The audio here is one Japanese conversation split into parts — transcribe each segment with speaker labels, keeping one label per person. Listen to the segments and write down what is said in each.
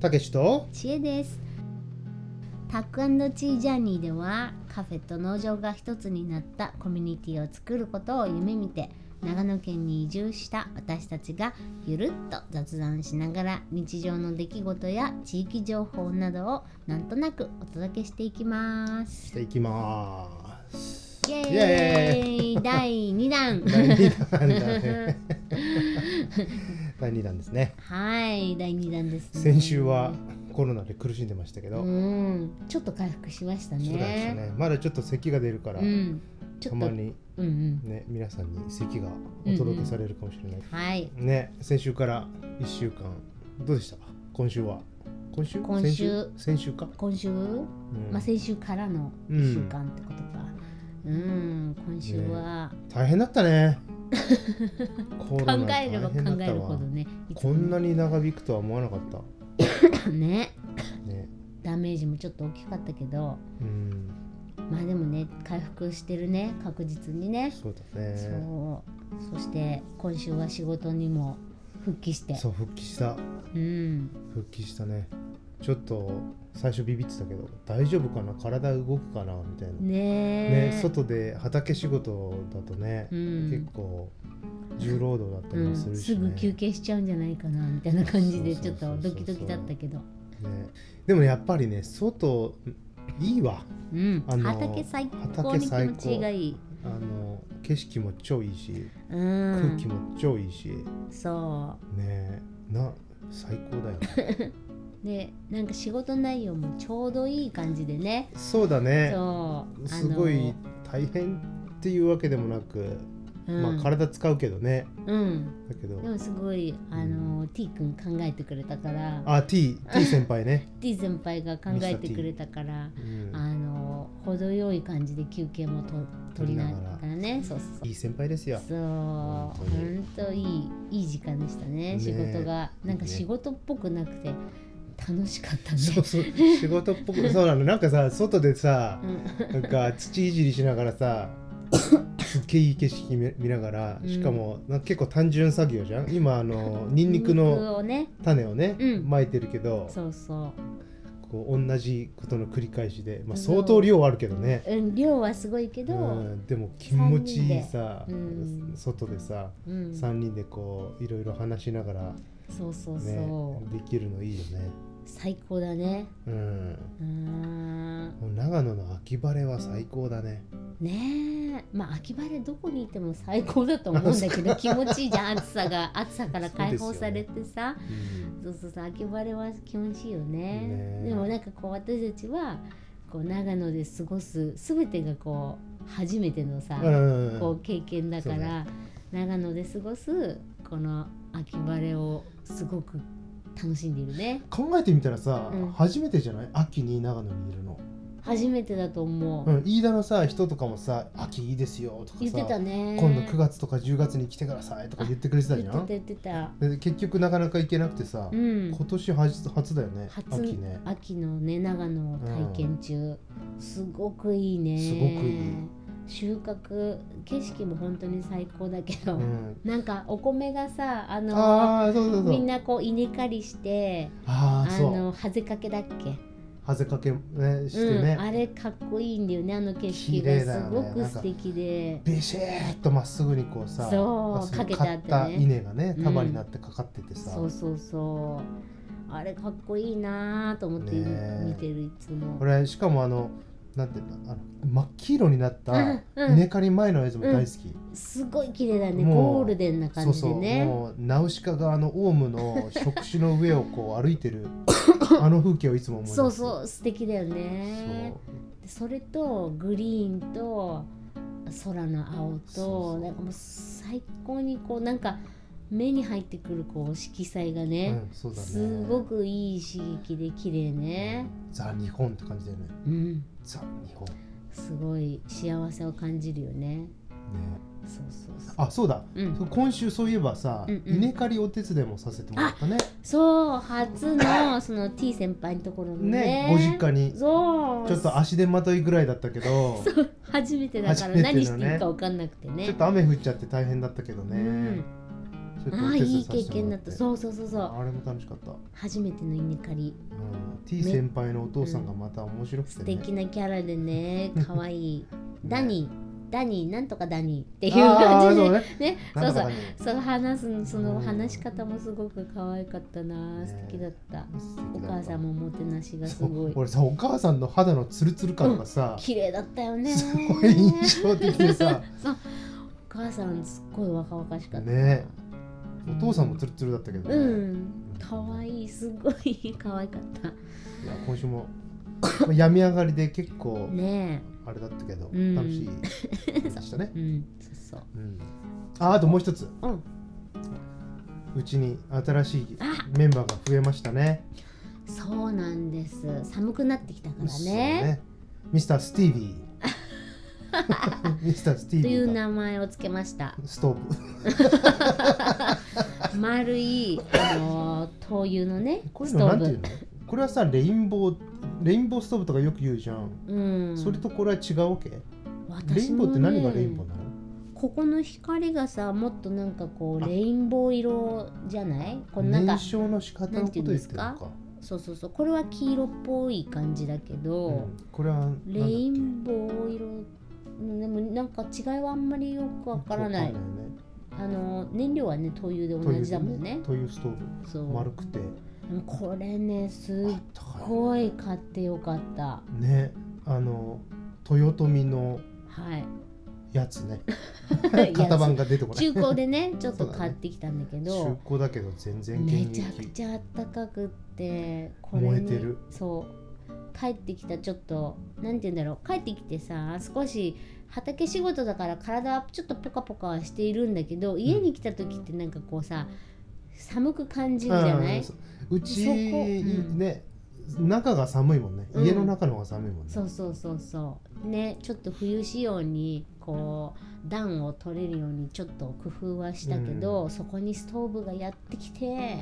Speaker 1: たけしと
Speaker 2: 知恵ですタックチージャーニーではカフェと農場が一つになったコミュニティを作ることを夢見て長野県に移住した私たちがゆるっと雑談しながら日常の出来事や地域情報などをなんとなくお届けしていきます
Speaker 1: していきます
Speaker 2: イエ
Speaker 1: イエ
Speaker 2: ーイ第2弾
Speaker 1: 第2弾だ ね第2弾ですね
Speaker 2: はい第2弾ですね
Speaker 1: 先週はコロナで苦しんでましたけど、
Speaker 2: うんちょっと回復しましたね
Speaker 1: ちょっとなんですよねまだちょっと咳が出るから、
Speaker 2: うんちょ
Speaker 1: た
Speaker 2: っと
Speaker 1: ま
Speaker 2: うん
Speaker 1: に
Speaker 2: うん
Speaker 1: ね皆さんに咳がお届けされるかもしれない、
Speaker 2: はい
Speaker 1: ね先週から1週間どうでした今週は今週
Speaker 2: 今
Speaker 1: 先
Speaker 2: 週
Speaker 1: 週先週か、
Speaker 2: 今週、
Speaker 1: うん
Speaker 2: まあ、先週からの1週間ってことかうん、今週は、
Speaker 1: 大変だった ねコロ
Speaker 2: 考
Speaker 1: ナ
Speaker 2: えれば
Speaker 1: 大変だっ
Speaker 2: 考
Speaker 1: た
Speaker 2: える
Speaker 1: わ
Speaker 2: ほどねいつ
Speaker 1: こ
Speaker 2: も
Speaker 1: んなに長引くとは思わなかった
Speaker 2: ね
Speaker 1: ね
Speaker 2: ダメージもちょっと大きかったけど
Speaker 1: うん
Speaker 2: まあでもね回復してるね確実にね、
Speaker 1: そうだね
Speaker 2: そうそして今週は仕事にも復帰して
Speaker 1: そう復帰した
Speaker 2: うん
Speaker 1: 復帰したねちょっと最初ビビってたけど大丈夫かな体動くかなみたいな
Speaker 2: ねえ
Speaker 1: ね、外で畑仕事だとね、
Speaker 2: うん
Speaker 1: 結構重労働だったり
Speaker 2: う
Speaker 1: も
Speaker 2: ん、
Speaker 1: するし、
Speaker 2: す
Speaker 1: ね
Speaker 2: ぐ休憩しちゃうんじゃないかなみたいな感じで
Speaker 1: そう
Speaker 2: ち
Speaker 1: そ
Speaker 2: ょ
Speaker 1: う
Speaker 2: っ
Speaker 1: そうそう
Speaker 2: とドキドキだったけど
Speaker 1: ね、でもねやっぱりね外いいわ
Speaker 2: うん、
Speaker 1: あの
Speaker 2: 畑最高
Speaker 1: 畑
Speaker 2: に気
Speaker 1: 最
Speaker 2: 持
Speaker 1: 高
Speaker 2: ちがいい、
Speaker 1: あの景色も超いいし、
Speaker 2: う
Speaker 1: 空
Speaker 2: ん
Speaker 1: 気、も超いいし
Speaker 2: そ
Speaker 1: ねな最高だよね
Speaker 2: うでなんか仕事内容もちょうどいい感じでね
Speaker 1: そうだね
Speaker 2: そう
Speaker 1: すごい大変っていうわけでもなく、
Speaker 2: あの
Speaker 1: まあ体使うけどね
Speaker 2: うん、
Speaker 1: だけど
Speaker 2: うん、でもすごいあの T 君考えてくれたから
Speaker 1: あ T, T 先輩ね、
Speaker 2: T 先輩が考えてくれたから
Speaker 1: うん
Speaker 2: あの程よい感じで休憩もと取りな
Speaker 1: 取りなが
Speaker 2: がらねそうそうそう
Speaker 1: いい先輩 ですよ
Speaker 2: そう本
Speaker 1: 当に
Speaker 2: 当いいいい時間でしたね
Speaker 1: ね
Speaker 2: 仕事がなんか
Speaker 1: ね
Speaker 2: 仕事っぽくなくて楽しかったね
Speaker 1: そうそう仕事っぽくそうなのなんかさ外で さ
Speaker 2: う、ん
Speaker 1: なんか土いじりしながら さすっげえいい景色見見ながら
Speaker 2: うん
Speaker 1: しかもなんか結構単純作業じゃん今あ のニンニクの
Speaker 2: をね
Speaker 1: 種をね、
Speaker 2: うん
Speaker 1: まいてるけど
Speaker 2: そうそ
Speaker 1: こう同じことの繰り返しで、まあ、
Speaker 2: そう
Speaker 1: 相当量あるけどね、
Speaker 2: う、うん、量はすごいけ
Speaker 1: う
Speaker 2: ど、うん
Speaker 1: ん、でも気持ちいいさ、
Speaker 2: 三人でうん
Speaker 1: 外でさ、三3人でこういろいろ話しながら、ね
Speaker 2: そうそうそう、
Speaker 1: できるのいいよね。
Speaker 2: 最高だね
Speaker 1: うん
Speaker 2: うーん
Speaker 1: もう長野の秋晴れは最高だね。
Speaker 2: ねえまあ秋晴れどこにいても最高だと思うんだ けど気持ちいいじゃん暑さが暑さから解放されてさ
Speaker 1: うん
Speaker 2: そうそうそう秋晴れは気持ちいいよ
Speaker 1: ね
Speaker 2: ね
Speaker 1: え
Speaker 2: でもなんかこう私たちはこう長野で過ごす全てがこう初めてのさ、
Speaker 1: うん
Speaker 2: こう経験だから、
Speaker 1: そうね
Speaker 2: 長野で過ごすこの秋晴れをすごく楽しんでいるね
Speaker 1: 考えてみたらさ、
Speaker 2: うん
Speaker 1: 初めてじゃない秋に長野にいるの、
Speaker 2: 初めてだと思う、
Speaker 1: うん、飯田のさ人とかもさ「秋いいですよ」とか
Speaker 2: 言ってた
Speaker 1: さ、
Speaker 2: ね
Speaker 1: 今度9月とか10月に来てください」とか言ってくれてたじゃ
Speaker 2: 言っ
Speaker 1: ん
Speaker 2: てた言ってた
Speaker 1: で結局なかなか行けなくてさ、
Speaker 2: うん
Speaker 1: 今年初初だよね
Speaker 2: 初
Speaker 1: 秋ね
Speaker 2: 秋のね長野を体験中、すごくいいね
Speaker 1: すごくいい
Speaker 2: 収穫景色も本当に最高だけど、
Speaker 1: うん
Speaker 2: なんかお米がさあの
Speaker 1: ああそうそうそ
Speaker 2: みん
Speaker 1: う
Speaker 2: なこう稲刈りして
Speaker 1: ああ
Speaker 2: あ
Speaker 1: そう
Speaker 2: のはぜかけだっけ
Speaker 1: はぜかけ、ね、して
Speaker 2: うん、
Speaker 1: ね、
Speaker 2: あれかっこいいんだよねあの景色
Speaker 1: 綺麗
Speaker 2: が
Speaker 1: だよ
Speaker 2: す
Speaker 1: ね
Speaker 2: ごく素敵で、
Speaker 1: ビシッとまっすぐにこうさ
Speaker 2: そう
Speaker 1: まっすぐ
Speaker 2: かけてあってね
Speaker 1: 買った稲がね
Speaker 2: うん
Speaker 1: 束になってかかっててさ、
Speaker 2: そうそうそうあれかっこいいなーと思って
Speaker 1: ねえ
Speaker 2: 見てるいつも
Speaker 1: これしかもあのなんていうんだあの真っ黄色になっ
Speaker 2: うん
Speaker 1: た
Speaker 2: うん
Speaker 1: 稲刈り前の映像も大好き、
Speaker 2: すごい綺麗だね
Speaker 1: もう
Speaker 2: ゴールデンな
Speaker 1: そ
Speaker 2: 感
Speaker 1: う
Speaker 2: じ
Speaker 1: そ
Speaker 2: で
Speaker 1: う
Speaker 2: ね
Speaker 1: もうナウシカがあのオウムの触手の上をこう歩いて るあの風景をいつも思い出す
Speaker 2: そうそう素敵だよ
Speaker 1: そう
Speaker 2: ねでそれとグリーンと空の青と
Speaker 1: そうそう
Speaker 2: なんかもう最高にこうなんか目に入ってくるこう色彩が
Speaker 1: う
Speaker 2: ね、
Speaker 1: んそうだね
Speaker 2: すごくいい刺激で綺麗ね
Speaker 1: ザ日本って感じだよね
Speaker 2: うん
Speaker 1: ザ日本ね
Speaker 2: すごい幸せを感じるよねそうそうそう
Speaker 1: あそうだ、
Speaker 2: うん
Speaker 1: そう今週そういえばさ、
Speaker 2: うんうん
Speaker 1: 稲刈りお手伝いもさせてもらったね
Speaker 2: そう初のその T 先輩のところのね
Speaker 1: ねご実家に
Speaker 2: そう
Speaker 1: ちょっと足手まといぐらいだったけど、
Speaker 2: 初めてだから
Speaker 1: 初めてのね
Speaker 2: 何していいか分かんなくてね
Speaker 1: ちょっと雨降っちゃって大変だったけどね、
Speaker 2: うん
Speaker 1: それと
Speaker 2: あ
Speaker 1: お
Speaker 2: あ
Speaker 1: 手伝
Speaker 2: い
Speaker 1: い
Speaker 2: い
Speaker 1: させ
Speaker 2: 経
Speaker 1: ても
Speaker 2: 験
Speaker 1: ら
Speaker 2: だ
Speaker 1: っ
Speaker 2: ってたそうそうそうそう
Speaker 1: あれも楽しかった、う
Speaker 2: 初めての稲刈り
Speaker 1: ん、T 先輩のお父さんがまた面白くて、
Speaker 2: 素
Speaker 1: ね、
Speaker 2: 敵なキャラでね可愛 いダニーダニーなんとかダニーって
Speaker 1: て
Speaker 2: いう感じで
Speaker 1: ね
Speaker 2: ね
Speaker 1: なん
Speaker 2: そう
Speaker 1: と
Speaker 2: そ
Speaker 1: か
Speaker 2: う
Speaker 1: ね
Speaker 2: その話すその話し方もすごく可愛かったな、
Speaker 1: ね
Speaker 2: 素敵だった
Speaker 1: 素敵
Speaker 2: お
Speaker 1: だった
Speaker 2: 母さんもおもてなしがす
Speaker 1: そ
Speaker 2: ご
Speaker 1: う
Speaker 2: い
Speaker 1: 俺さお母さんの肌のツルツル感がさ、
Speaker 2: 綺麗だったよね
Speaker 1: すごい印象的でさ
Speaker 2: そうお母さんすっごい若々しかった
Speaker 1: ねお父さんもツルツルだったけどね、
Speaker 2: うん可愛いすごい可愛かった
Speaker 1: いや今週もまあ病み上がりで結構
Speaker 2: ね
Speaker 1: あれだったけど、
Speaker 2: うん
Speaker 1: 楽しい でしたね
Speaker 2: え、うんそう
Speaker 1: うん、ああともう一つ
Speaker 2: そううん
Speaker 1: うちに新しい
Speaker 2: あ
Speaker 1: メンバーが増えましたね
Speaker 2: そうなんです寒くなってきたから
Speaker 1: そう
Speaker 2: ね
Speaker 1: ミスタースティービ ーミスタースティー
Speaker 2: と
Speaker 1: ビ
Speaker 2: いう
Speaker 1: ーが
Speaker 2: 名前をつけました
Speaker 1: ストーブ
Speaker 2: 丸いあのー灯油のね
Speaker 1: こういう
Speaker 2: ス
Speaker 1: の
Speaker 2: ト
Speaker 1: な
Speaker 2: ー
Speaker 1: んていう
Speaker 2: ブ
Speaker 1: のこれはさレインボーレインボーストーブとかよく言うじゃん、
Speaker 2: うん
Speaker 1: それとこれは違うわけレイ
Speaker 2: 私
Speaker 1: ンボ
Speaker 2: も
Speaker 1: ーって何がレインボー
Speaker 2: ね
Speaker 1: なの
Speaker 2: ここの光がさもっとなんかこう
Speaker 1: あ
Speaker 2: レインボー色じゃないこのなんか
Speaker 1: 燃焼の仕方のことを言ってるの
Speaker 2: なんて
Speaker 1: か
Speaker 2: そうそうそうこれは黄色っぽい感じだけど、
Speaker 1: うんこれはなんだっけ
Speaker 2: レインボー色うんでもなんか違いはあんまりよくわからな
Speaker 1: わ
Speaker 2: い
Speaker 1: かんよね
Speaker 2: あの燃料はね灯油で同じだもんね
Speaker 1: というストー
Speaker 2: そ
Speaker 1: ブ
Speaker 2: う
Speaker 1: 丸くて
Speaker 2: でもこれねすっ
Speaker 1: 高
Speaker 2: ごい買ってよかった
Speaker 1: いねあの豊臣の
Speaker 2: はい
Speaker 1: やつ ね
Speaker 2: やつ
Speaker 1: 型番が出てこない
Speaker 2: 中古でねちょ っ
Speaker 1: そ
Speaker 2: と
Speaker 1: うだね
Speaker 2: 買ってきたんだけ
Speaker 1: 中
Speaker 2: ど
Speaker 1: 古だけど全然現
Speaker 2: め
Speaker 1: 役
Speaker 2: ちゃくちゃあったかくってこれに
Speaker 1: 燃えてる
Speaker 2: そう帰ってきたちょっとなんて言うんだろう帰ってきてさ少し畑仕事だから体はちょっとポカポカはしているんだけど家に来た時ってなんかこうさ寒く感じるじゃない、
Speaker 1: うんそううち
Speaker 2: そこうん
Speaker 1: ね中が寒いもんね
Speaker 2: うん
Speaker 1: 家の中の方が寒いもんね
Speaker 2: そうそうそうそうねちょっと冬仕様にこう暖を取れるようにちょっと工夫はしたけど、そこにストーブがやってきて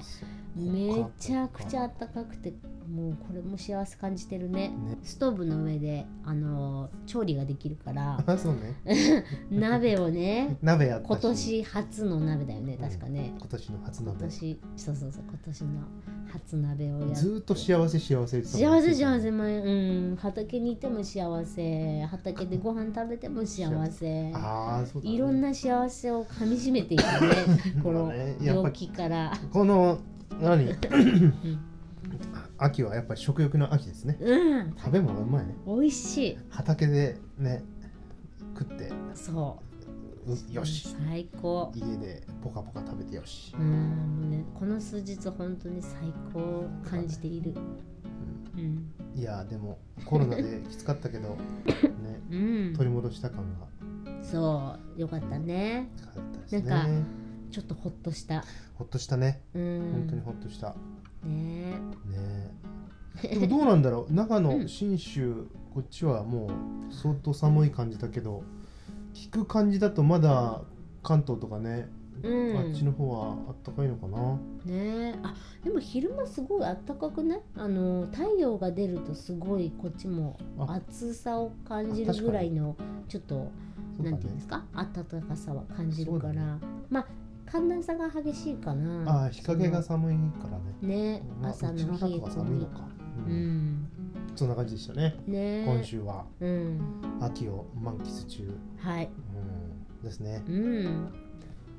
Speaker 2: めちゃくちゃ暖かくてもうこれも幸せ感じてるね
Speaker 1: ね
Speaker 2: ストーブの上であの調理ができるか ら
Speaker 1: あそうね
Speaker 2: 鍋を ね
Speaker 1: 鍋やったし
Speaker 2: 今年初の鍋だよね
Speaker 1: ん
Speaker 2: 確かね、
Speaker 1: 今年の初
Speaker 2: 今
Speaker 1: 鍋
Speaker 2: 年そうそうそう今年の初鍋をや
Speaker 1: ずーっと幸せ幸せ言ってたもん
Speaker 2: 幸せ幸せ前うん畑にいても幸せ畑でご飯食べても幸せ
Speaker 1: ああそうだね
Speaker 2: いろんな幸せをかみし めていくねこ
Speaker 1: ま
Speaker 2: の
Speaker 1: あねやっぱ
Speaker 2: 病気から
Speaker 1: この何秋はやっぱり食欲の秋ですね
Speaker 2: うん
Speaker 1: 食べ物うまいね
Speaker 2: 美味しい
Speaker 1: 畑でね食って
Speaker 2: そう
Speaker 1: よし
Speaker 2: 最高
Speaker 1: 家でポカポカ食べてよし
Speaker 2: う、んもうねこの数日本当に最高を感じている
Speaker 1: うん
Speaker 2: うん、
Speaker 1: いやーでもコロナできつかったけ どね
Speaker 2: うん、
Speaker 1: 取り戻した感が
Speaker 2: そうよかったね
Speaker 1: 高かったです
Speaker 2: な
Speaker 1: ね
Speaker 2: ちょっとほっとした
Speaker 1: ほっとしたね
Speaker 2: う
Speaker 1: 本当に
Speaker 2: ん
Speaker 1: ほっとした、ね
Speaker 2: ね
Speaker 1: でもどうなんだろう長
Speaker 2: うん
Speaker 1: 野信州、こっちはもう相当寒い感じだけど聞く感じだとまだ関東とかね、
Speaker 2: うん
Speaker 1: あっちの方はあったかいのかな
Speaker 2: ねえあでも昼間すごい暖かくないあの太陽が出るとすごいこっちも
Speaker 1: あ
Speaker 2: 暑さを感じるぐらいのちょっと
Speaker 1: そうだ
Speaker 2: なんていうんで
Speaker 1: ね
Speaker 2: すか暖かさは感じ
Speaker 1: そ
Speaker 2: る
Speaker 1: うだ
Speaker 2: から、
Speaker 1: ね
Speaker 2: まあ寒暖差が激しいかな
Speaker 1: ああ日陰が寒いからね
Speaker 2: ね
Speaker 1: まあ
Speaker 2: 朝
Speaker 1: うち
Speaker 2: の
Speaker 1: の
Speaker 2: 冷
Speaker 1: 中
Speaker 2: え
Speaker 1: が
Speaker 2: 込
Speaker 1: 寒いの
Speaker 2: み
Speaker 1: か、
Speaker 2: う
Speaker 1: うん
Speaker 2: ん
Speaker 1: そんな感じでしたね
Speaker 2: ね
Speaker 1: 今週は
Speaker 2: うん
Speaker 1: 秋を満喫中、
Speaker 2: はい
Speaker 1: うん、ですね
Speaker 2: うん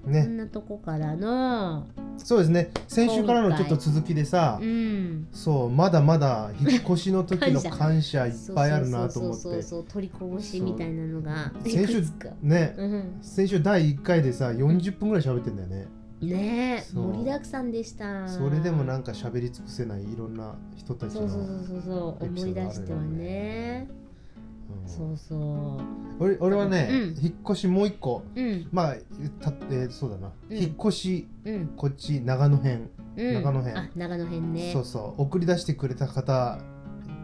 Speaker 2: こ
Speaker 1: ね
Speaker 2: んなとこからの
Speaker 1: そうですね先週からのちょっと
Speaker 2: 今
Speaker 1: 続きでさ
Speaker 2: うん
Speaker 1: そうまだまだ引っ越しの時の感謝いっぱいあるなと思っ
Speaker 2: そうそう
Speaker 1: て
Speaker 2: そうそう取りこぼしみたいなのが
Speaker 1: そう先週
Speaker 2: いくつか
Speaker 1: ね
Speaker 2: うん
Speaker 1: 先週第1回でさ40分ぐらい喋ってんだよね
Speaker 2: ねえ
Speaker 1: そう
Speaker 2: 盛りだくさんでした
Speaker 1: それでもなんんか喋り尽くせないいろんな人たちの
Speaker 2: そうそうそうそうそう
Speaker 1: エピ
Speaker 2: 思
Speaker 1: ソ
Speaker 2: い
Speaker 1: ード
Speaker 2: 出してはね
Speaker 1: うん
Speaker 2: そうそ
Speaker 1: 俺俺はね、
Speaker 2: うん
Speaker 1: 引っ越しもう一個
Speaker 2: ううん
Speaker 1: まあた、えーそうだな、
Speaker 2: うん
Speaker 1: 引っ越し
Speaker 2: うん
Speaker 1: こっち長野編、
Speaker 2: うん
Speaker 1: 長野編
Speaker 2: あ長野編ね
Speaker 1: そうそう送り出してくれた方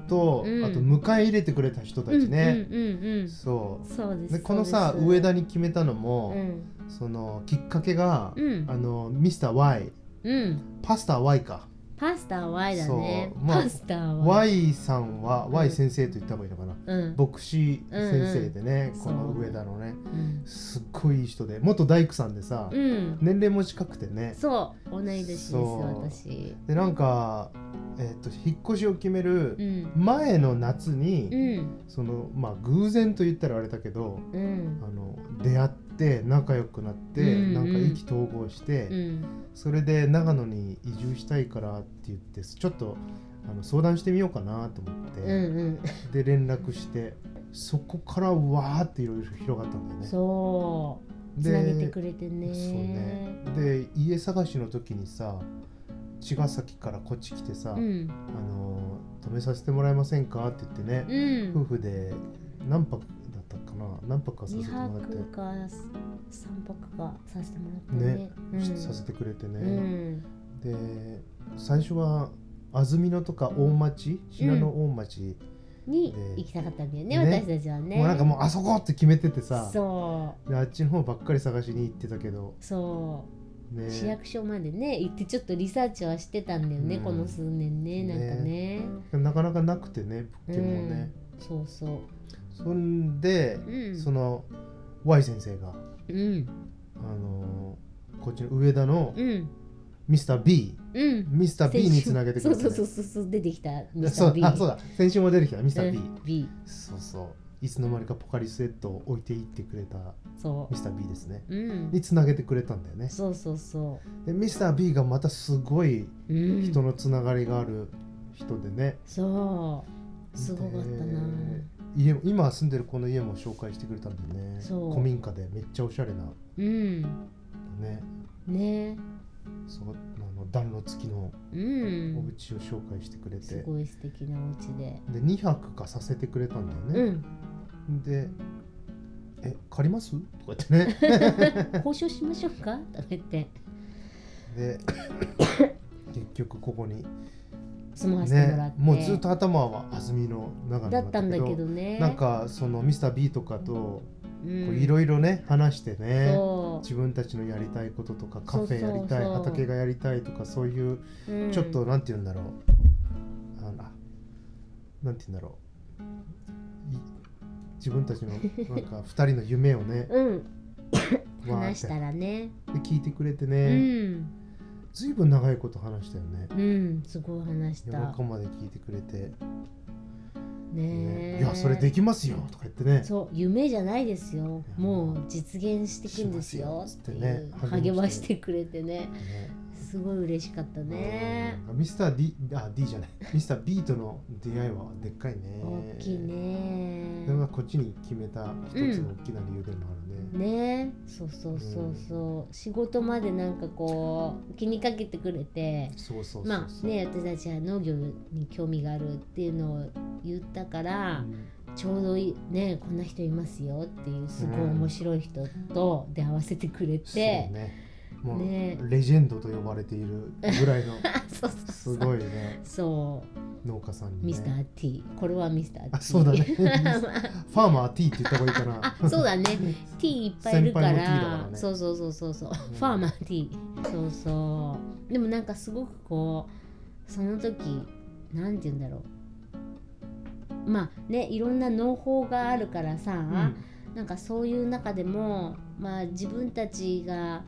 Speaker 1: と、
Speaker 2: うん
Speaker 1: あと迎え入れてくれた人たちね、
Speaker 2: うんうんうんうん
Speaker 1: そ
Speaker 2: そうで
Speaker 1: う
Speaker 2: す
Speaker 1: でこのさ
Speaker 2: そうです
Speaker 1: 上田に決めたの
Speaker 2: う
Speaker 1: も、
Speaker 2: ん
Speaker 1: そのきっかけが、
Speaker 2: うん
Speaker 1: あのミスター Y
Speaker 2: うん
Speaker 1: パスタ Y か
Speaker 2: パスタは Y だね、
Speaker 1: そうまあ
Speaker 2: パスタは
Speaker 1: Y さんは
Speaker 2: ん
Speaker 1: Y 先生と言った方がいいのかな、
Speaker 2: うん、
Speaker 1: 牧師先生でね、
Speaker 2: うん
Speaker 1: この上田のね
Speaker 2: うん、
Speaker 1: すっごいいい人で元大工さんでさ、
Speaker 2: うん
Speaker 1: 年齢も近くてね
Speaker 2: そう同い年です
Speaker 1: そう
Speaker 2: 私
Speaker 1: でなんか、えっと引っ越しを決め
Speaker 2: う
Speaker 1: る
Speaker 2: ん
Speaker 1: 前の夏に、
Speaker 2: うん
Speaker 1: そのまあ偶然と言ったらあれだけど
Speaker 2: うん
Speaker 1: あの出会って仲良くなって、
Speaker 2: うんうん
Speaker 1: なんか意気投合して、
Speaker 2: うん
Speaker 1: それで長野に移住したいからって言ってちょっとあの相談してみようかなと思って、
Speaker 2: うんうん
Speaker 1: で連絡してそこからわーっていろいろ広がったんだよね。
Speaker 2: そう
Speaker 1: で
Speaker 2: つなげてくれてね
Speaker 1: そうねで家探しの時にさ茅ヶ崎からこっち来てさ、
Speaker 2: うん
Speaker 1: あのー泊めさせてもらえませんかって言ってね、
Speaker 2: うん
Speaker 1: 夫婦で何泊だったかな何泊かさ
Speaker 2: 二
Speaker 1: せてもらっ
Speaker 2: 泊
Speaker 1: て、
Speaker 2: か三泊かさせてもらったね
Speaker 1: ね
Speaker 2: うん、
Speaker 1: させてくれて
Speaker 2: う
Speaker 1: ね、
Speaker 2: ん
Speaker 1: で最初は安曇野とか大町信濃大町、
Speaker 2: に
Speaker 1: で
Speaker 2: 行きたかったんだよ
Speaker 1: ね
Speaker 2: ね私たちはね
Speaker 1: もうなんかもうあそこって決めててさ
Speaker 2: そ
Speaker 1: であっちの方ばっかり探しに行ってたけど
Speaker 2: うそう
Speaker 1: ね
Speaker 2: 市役所までね行ってちょっとリサーチはしてたんだよね、
Speaker 1: うん
Speaker 2: この数年ねなんかね
Speaker 1: なかなかなくてね
Speaker 2: うん
Speaker 1: 物件もね、
Speaker 2: そうそう
Speaker 1: そんで、
Speaker 2: うん
Speaker 1: その Y 先生が
Speaker 2: うん
Speaker 1: あのーこっちの上田の
Speaker 2: うん
Speaker 1: ミスター B
Speaker 2: うん
Speaker 1: ミスター B につなげてくれて、
Speaker 2: そ
Speaker 1: ね、
Speaker 2: うそうそうそう出てきたミスタ
Speaker 1: そ
Speaker 2: ー
Speaker 1: う
Speaker 2: B
Speaker 1: あそうだ先週も出てきたミスター B、
Speaker 2: うん B
Speaker 1: そうそういつの間にかポカリスエットを置いていってくれた
Speaker 2: そ
Speaker 1: ミスター B ですね
Speaker 2: ううん
Speaker 1: につなげてくれたんだよね
Speaker 2: そうそうそ
Speaker 1: でミスター B がまたすごいう
Speaker 2: うん
Speaker 1: 人のつながりがある人でね、
Speaker 2: そうすごかったな
Speaker 1: で家も今住んでるこの家も紹介してくれたんだよね
Speaker 2: そう
Speaker 1: 古民家でめっちゃおしゃれな
Speaker 2: うん
Speaker 1: ね
Speaker 2: ね
Speaker 1: そうあの暖炉付きの
Speaker 2: う
Speaker 1: お
Speaker 2: ん
Speaker 1: 家を紹介してくれて、
Speaker 2: すごい素敵なお家で
Speaker 1: で2泊かさせてくれたんだよ
Speaker 2: う
Speaker 1: ね、
Speaker 2: ん
Speaker 1: で「え借ります?」とか言 ってね
Speaker 2: 交渉しましょうかとか言って
Speaker 1: で結局ここに
Speaker 2: 住まわせてもらっ
Speaker 1: ね
Speaker 2: て
Speaker 1: もうずっと頭は安曇の長野
Speaker 2: だったんだけど
Speaker 1: ね、
Speaker 2: ね
Speaker 1: なんかそのミスター b とかとい
Speaker 2: い
Speaker 1: ろいろね話してね、
Speaker 2: そ
Speaker 1: 自分たちのやりたいこととかカフェやりたい
Speaker 2: そうそうそう
Speaker 1: 畑がやりたいとかそういう
Speaker 2: う、うん
Speaker 1: ちょっとなんて言うんだろう、あのあなんて言うんだろうい自分たちのなんか2人の夢を ね
Speaker 2: うん
Speaker 1: わー
Speaker 2: 話
Speaker 1: って
Speaker 2: したらね
Speaker 1: で聞いてくれて
Speaker 2: う
Speaker 1: ね、
Speaker 2: ん
Speaker 1: ずいぶん長いこと話したよね
Speaker 2: うんすごい話し
Speaker 1: 夜
Speaker 2: た
Speaker 1: 中まで聞いてくれて「
Speaker 2: ね
Speaker 1: ね
Speaker 2: え
Speaker 1: いやそれできますよ」とか言ってね
Speaker 2: そう夢じゃないですよ
Speaker 1: や
Speaker 2: もう実現してくんです
Speaker 1: し
Speaker 2: よ
Speaker 1: ます
Speaker 2: っ
Speaker 1: よつって
Speaker 2: ていう
Speaker 1: ね
Speaker 2: 励
Speaker 1: 励
Speaker 2: ま
Speaker 1: ま
Speaker 2: し
Speaker 1: して
Speaker 2: くれてね
Speaker 1: ね
Speaker 2: すごい嬉しかったね
Speaker 1: うんミスター D あ D じゃないミスター B との出会いはでっかいね
Speaker 2: 大きいね
Speaker 1: それがこっちに決めた一つの大きな理由でもあるね、
Speaker 2: ねそうそうそうそう仕事までなんかこう気にかけてくれて
Speaker 1: そうそうそうそう
Speaker 2: まあね私たちは農業に興味があるっていうのを言ったか
Speaker 1: う
Speaker 2: ら、
Speaker 1: ん
Speaker 2: ちょうどいいねこんな人いますよっていうすごい面白い人と出会わせてくれ
Speaker 1: そう
Speaker 2: て、
Speaker 1: ねもう
Speaker 2: ね
Speaker 1: レジェンドと呼ばれているぐらいの
Speaker 2: あそう そ
Speaker 1: す
Speaker 2: う
Speaker 1: ごいね
Speaker 2: そ
Speaker 1: 農家さん
Speaker 2: うミ
Speaker 1: に、
Speaker 2: スタ
Speaker 1: ね、
Speaker 2: ー T これはミスター T
Speaker 1: あそうだね ミス
Speaker 2: ま
Speaker 1: ファーマー T って言った方がいいかな
Speaker 2: あ あそうだね T いっぱいいるから
Speaker 1: 先輩の T だからね
Speaker 2: そうそうそうそうそう、
Speaker 1: ん
Speaker 2: ファーマー T そうそうでもなんかすごくこうその時なんて言うんだろうまあねいろんな農法があるからさ、なんかそういう中でも、まあ、自分たちが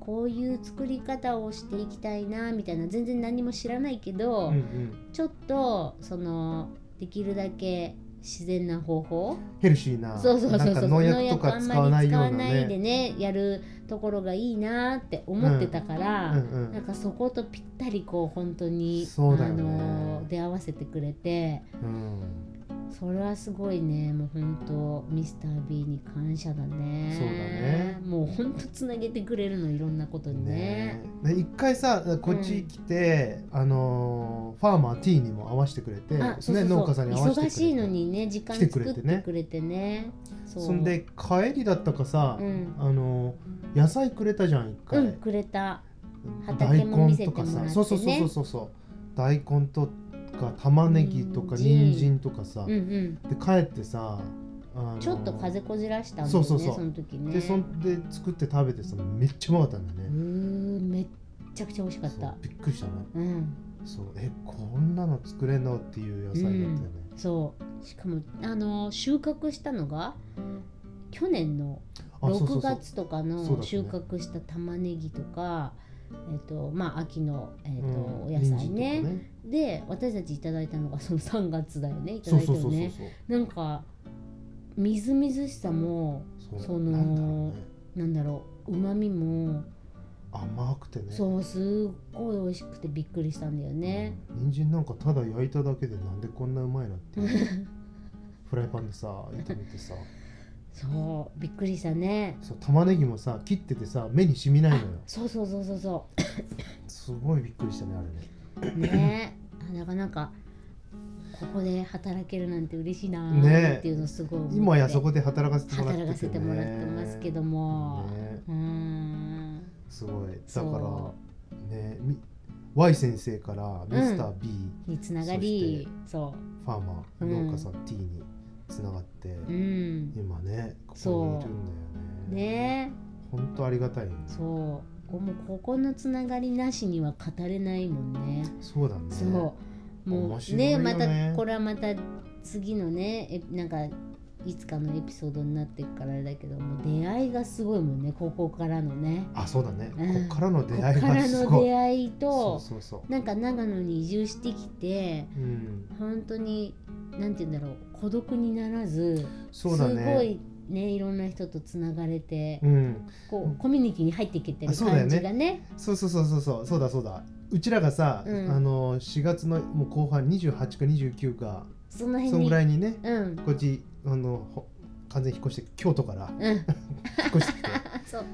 Speaker 2: こういう作り方をしていきたいなみたいな全然何も知らないけ
Speaker 1: う
Speaker 2: ど、
Speaker 1: んうんうん、
Speaker 2: ちょっとそのできるだけ自然な方法
Speaker 1: ヘルシーな
Speaker 2: そうそうそうそう
Speaker 1: なんか農薬とか使わないような
Speaker 2: 農薬あんまり使わないで
Speaker 1: ね
Speaker 2: ねやるところがいいなって思ってたから、
Speaker 1: うんうん
Speaker 2: なんかそことぴったりこう本当に
Speaker 1: そうだよね
Speaker 2: あの出会わせてくれて
Speaker 1: うん、
Speaker 2: それはすごいねもう本当ミスター b に感謝だね
Speaker 1: そうだね
Speaker 2: もう本当つなげてくれるのいろんなことにね
Speaker 1: ねで一回さこっち来て、あのーファーマー T にも合わせてくれて、ね
Speaker 2: あそうそうそう、
Speaker 1: 農家さんに合わせてくれて
Speaker 2: 忙しいのにね時間
Speaker 1: 来て
Speaker 2: 作
Speaker 1: く
Speaker 2: っ
Speaker 1: れ
Speaker 2: て
Speaker 1: てね
Speaker 2: くれてねそ
Speaker 1: そんで帰りだったかさ、
Speaker 2: うん、
Speaker 1: あのー野菜くれたじゃん一回、
Speaker 2: うん、くれた畑
Speaker 1: 大
Speaker 2: も見せ
Speaker 1: 根
Speaker 2: て
Speaker 1: とか
Speaker 2: もらってね
Speaker 1: さそうそうそうそうそう大根とか玉ねぎとか
Speaker 2: 人参
Speaker 1: 人参とかさ、
Speaker 2: うんうん
Speaker 1: で帰ってさあの
Speaker 2: ちょっと風こじらしたんだよね
Speaker 1: そうそうそう
Speaker 2: の時ね
Speaker 1: でそんで作って食べてさめっちゃうまかったんだよ
Speaker 2: う
Speaker 1: ね、
Speaker 2: ーんめっちゃくちゃ美味しかっ
Speaker 1: そう
Speaker 2: た
Speaker 1: びっくりしたね
Speaker 2: うん
Speaker 1: そうえこんなの作れんのっていう野菜だったよね、
Speaker 2: そうしかもあの収穫したのが去年の
Speaker 1: あそうそ
Speaker 2: 6
Speaker 1: うそう
Speaker 2: 月とか
Speaker 1: そうだった
Speaker 2: の
Speaker 1: ね
Speaker 2: 収穫した玉ねぎとか、えっとまあ秋の、えっと
Speaker 1: うん
Speaker 2: お野菜
Speaker 1: 人参と
Speaker 2: ね
Speaker 1: か
Speaker 2: で私たちいただいたのがその3月だよねいた
Speaker 1: そ
Speaker 2: だ
Speaker 1: う
Speaker 2: い
Speaker 1: そ
Speaker 2: た
Speaker 1: う
Speaker 2: よ
Speaker 1: そうそう
Speaker 2: ねなんかみずみずしさも
Speaker 1: そう
Speaker 2: その
Speaker 1: なんだろうね
Speaker 2: なんだろううまみも、
Speaker 1: 甘くてね
Speaker 2: そうすっごい美味しくてびっくりしたんだよね、
Speaker 1: うん人参なんかただ焼いただけでなんでこんなうまいのっていう フライパンでさ炒めてさ
Speaker 2: そうびっくりしたね
Speaker 1: そう玉ねぎもさ切っててさ目にしみないのよ
Speaker 2: そうそうそうそうそ
Speaker 1: すごいびっくりしたねあれね
Speaker 2: うねあなかなかここで働けるなんて嬉しいな
Speaker 1: ねえ
Speaker 2: ーっていうのすごい思って
Speaker 1: 今やそこで働かせてもらって
Speaker 2: 働かせてもらってますけども、
Speaker 1: ね
Speaker 2: うーん
Speaker 1: すごいだか
Speaker 2: そ
Speaker 1: らねみ Y 先生からミスター b
Speaker 2: うにつながりそ
Speaker 1: ファーマー
Speaker 2: うん
Speaker 1: 農家さん T につながって、
Speaker 2: ううん
Speaker 1: 今ねここ
Speaker 2: そう
Speaker 1: にいるんだよね
Speaker 2: ね
Speaker 1: 本当ありがたいよね
Speaker 2: えそうもうここのつながりなしには語れないもんね
Speaker 1: そうだね
Speaker 2: そうも
Speaker 1: 面
Speaker 2: う
Speaker 1: 白い
Speaker 2: ね
Speaker 1: よね
Speaker 2: またこれはまた次のねえなんかいつかのエピソードになっていくからあれだけどもう出会いがすごいもんねここからのね
Speaker 1: あそうだね、
Speaker 2: うん
Speaker 1: こっからの出
Speaker 2: ここ
Speaker 1: 会い
Speaker 2: か
Speaker 1: が
Speaker 2: ら
Speaker 1: す
Speaker 2: の
Speaker 1: ごい
Speaker 2: 出会いと
Speaker 1: そうそうそ
Speaker 2: なんか長野に移住してきて
Speaker 1: ううん
Speaker 2: 本当になんて言うんだろう孤独にならず、
Speaker 1: そう
Speaker 2: す
Speaker 1: だね
Speaker 2: ごいねいろんな人とつながれて、
Speaker 1: うん
Speaker 2: こうコミュニティに入っていけてる
Speaker 1: あそうだよ
Speaker 2: 感
Speaker 1: ね
Speaker 2: じがね
Speaker 1: そうそうそうそうそうそうだそうだうちらがさ、
Speaker 2: うん
Speaker 1: あの4月のもう後半28か29か
Speaker 2: その
Speaker 1: そ
Speaker 2: 辺
Speaker 1: ん
Speaker 2: に
Speaker 1: ぐらいにね
Speaker 2: うん
Speaker 1: こっちあのほ完全に引っ越して京都から
Speaker 2: うん
Speaker 1: 引っ越してきて
Speaker 2: そう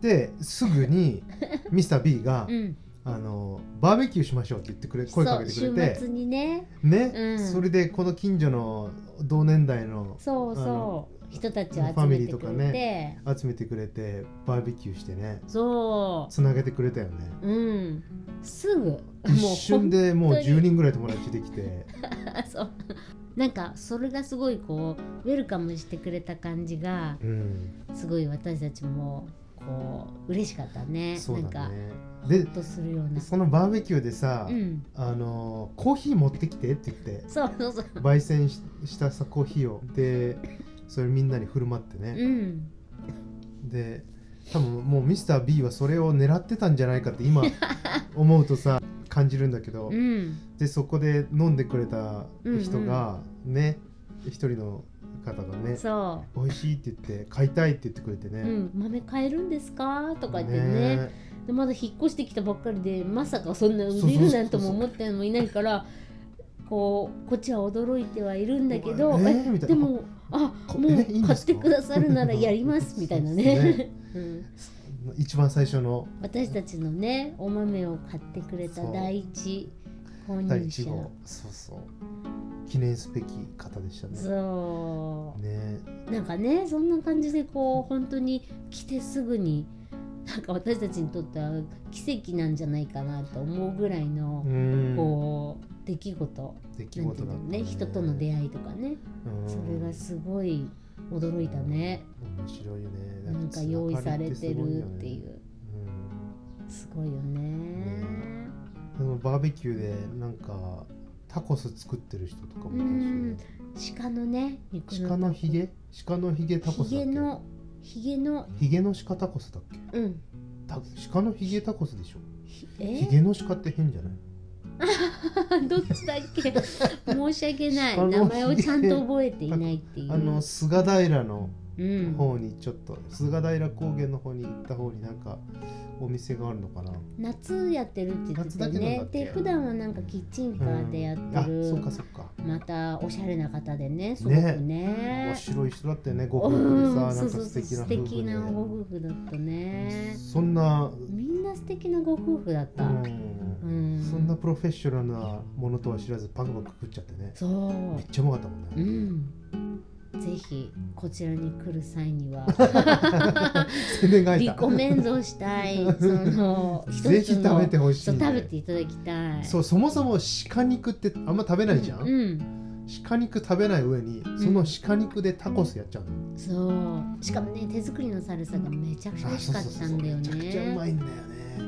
Speaker 1: ですぐにミスター b が、
Speaker 2: うん
Speaker 1: あのバーベキューしましょうって言ってくれ声かけてく
Speaker 2: そう
Speaker 1: れ
Speaker 2: 週
Speaker 1: て
Speaker 2: 末にね
Speaker 1: ね、
Speaker 2: うん
Speaker 1: それでこの近所の同年代の
Speaker 2: そう
Speaker 1: あの
Speaker 2: そう人たちを
Speaker 1: フ
Speaker 2: 集
Speaker 1: ァ
Speaker 2: め
Speaker 1: ミリー
Speaker 2: て
Speaker 1: と
Speaker 2: く
Speaker 1: か
Speaker 2: れて、
Speaker 1: ね集めてくれてバーベキューしてね
Speaker 2: そ
Speaker 1: つなげてくれたよね
Speaker 2: ううんすぐもう
Speaker 1: 一瞬でもう
Speaker 2: 本当に
Speaker 1: 10人ぐらい友達できて
Speaker 2: あ そうなんかそれがすごいこうウェルカムしてくれた感じが
Speaker 1: うん
Speaker 2: すごい私たちもこう嬉しかったね
Speaker 1: そう
Speaker 2: な
Speaker 1: だ
Speaker 2: んか
Speaker 1: ね
Speaker 2: ほっとするよう
Speaker 1: で
Speaker 2: な
Speaker 1: そのバーベキューでさ、
Speaker 2: うん
Speaker 1: あのーコーヒー持ってきてって言って
Speaker 2: そうそうそう
Speaker 1: 焙煎ししたさコーヒーをでそれみんなに振る舞ってね、
Speaker 2: うん
Speaker 1: で多分もうミスター b はそれを狙ってたんじゃないかって 今思うとさ感じるんだけど、
Speaker 2: うん
Speaker 1: でそこで飲んでくれた人がね一、人の方がね
Speaker 2: そ
Speaker 1: 美味しいって言って買いたいって言ってくれてね、
Speaker 2: う、うん、豆買えるんですかとか言ってねでまだ引っ越してきたばっかりでまさかそんな売れるなんとも思ってもいないからこうこっちは驚いてはいるんだけど、
Speaker 1: え
Speaker 2: え
Speaker 1: みたいな
Speaker 2: でもあ
Speaker 1: こ
Speaker 2: も
Speaker 1: え
Speaker 2: う
Speaker 1: いいんで
Speaker 2: 買っ
Speaker 1: す
Speaker 2: て
Speaker 1: か
Speaker 2: くださるならやりますみたいなね
Speaker 1: そうですね
Speaker 2: うん、
Speaker 1: 一番最初の
Speaker 2: 私たちのねお豆を買ってくれた
Speaker 1: そう
Speaker 2: 第一購
Speaker 1: 第
Speaker 2: 入
Speaker 1: 一
Speaker 2: 者
Speaker 1: 号そうそう記念すべき方でしたね
Speaker 2: そ
Speaker 1: ね
Speaker 2: うなんかねそんな感じでこう本当に来てすぐになんか私たちにとっては奇跡なんじゃないかなと思うぐらいの。
Speaker 1: うん
Speaker 2: こう出来事
Speaker 1: 出来
Speaker 2: なんて
Speaker 1: 事
Speaker 2: いう
Speaker 1: だった
Speaker 2: のね人との出
Speaker 1: 会い
Speaker 2: 会いとかねそれがすごい驚いたね
Speaker 1: 面白いよね
Speaker 2: なんか用意されてるってい、う
Speaker 1: うん
Speaker 2: すごいよね
Speaker 1: でもバーベキューでなんかタコス作ってる人とかもいたしね
Speaker 2: 鹿のね肉
Speaker 1: 鹿のひげ鹿のひげタコス
Speaker 2: ひ
Speaker 1: だ
Speaker 2: げ
Speaker 1: っ
Speaker 2: のひげの
Speaker 1: けひげの鹿タコスだっけ
Speaker 2: うん
Speaker 1: た鹿のひげタコスでしょ
Speaker 2: ひ
Speaker 1: ひ
Speaker 2: え
Speaker 1: げの鹿って変じゃない
Speaker 2: どっちだっけ申し訳な
Speaker 1: 鹿のひ
Speaker 2: い
Speaker 1: げ
Speaker 2: 名前をちゃんと覚えていないっていう
Speaker 1: あの菅平の
Speaker 2: うん
Speaker 1: 方にちょっと菅平高原の方に行った方になんかお店があるのかな
Speaker 2: 夏やってるって言ってたよ
Speaker 1: 夏だけな
Speaker 2: ね
Speaker 1: んだっけ
Speaker 2: で普段はなんかキッチンカーでやっ
Speaker 1: あ
Speaker 2: てる
Speaker 1: そっかそっか
Speaker 2: またおしゃれな方でねすごくね
Speaker 1: 面白い人だったよねご
Speaker 2: う
Speaker 1: 夫婦でさ
Speaker 2: ん
Speaker 1: なん
Speaker 2: そう
Speaker 1: か
Speaker 2: そう
Speaker 1: 素
Speaker 2: そう
Speaker 1: 敵な
Speaker 2: 素
Speaker 1: 夫婦
Speaker 2: 敵なご夫婦だった
Speaker 1: で
Speaker 2: ね
Speaker 1: そんな
Speaker 2: みんな素敵なご夫婦だった、
Speaker 1: うん
Speaker 2: うん
Speaker 1: そんなプロフェッショナルなものとは知らずパクパク食っちゃってね
Speaker 2: そ
Speaker 1: めっちゃうまかったもん
Speaker 2: うう
Speaker 1: ね
Speaker 2: んぜひこちらに来る際 には
Speaker 1: 宣伝が入
Speaker 2: リ
Speaker 1: った
Speaker 2: コメンドし たいその一つの
Speaker 1: ぜひ食べてほしい
Speaker 2: そう
Speaker 1: ね
Speaker 2: 食べていただきたい
Speaker 1: そうそもそも鹿肉ってあんま食べないじゃ
Speaker 2: うん
Speaker 1: 鹿肉食べない上にその鹿肉でタコスやっちゃうの
Speaker 2: うんそうしかもね手作りのサルサがめちゃくちゃ美味しかったんだよ
Speaker 1: あそうそうそうそうめちゃくちゃう
Speaker 2: ね
Speaker 1: まいんだよね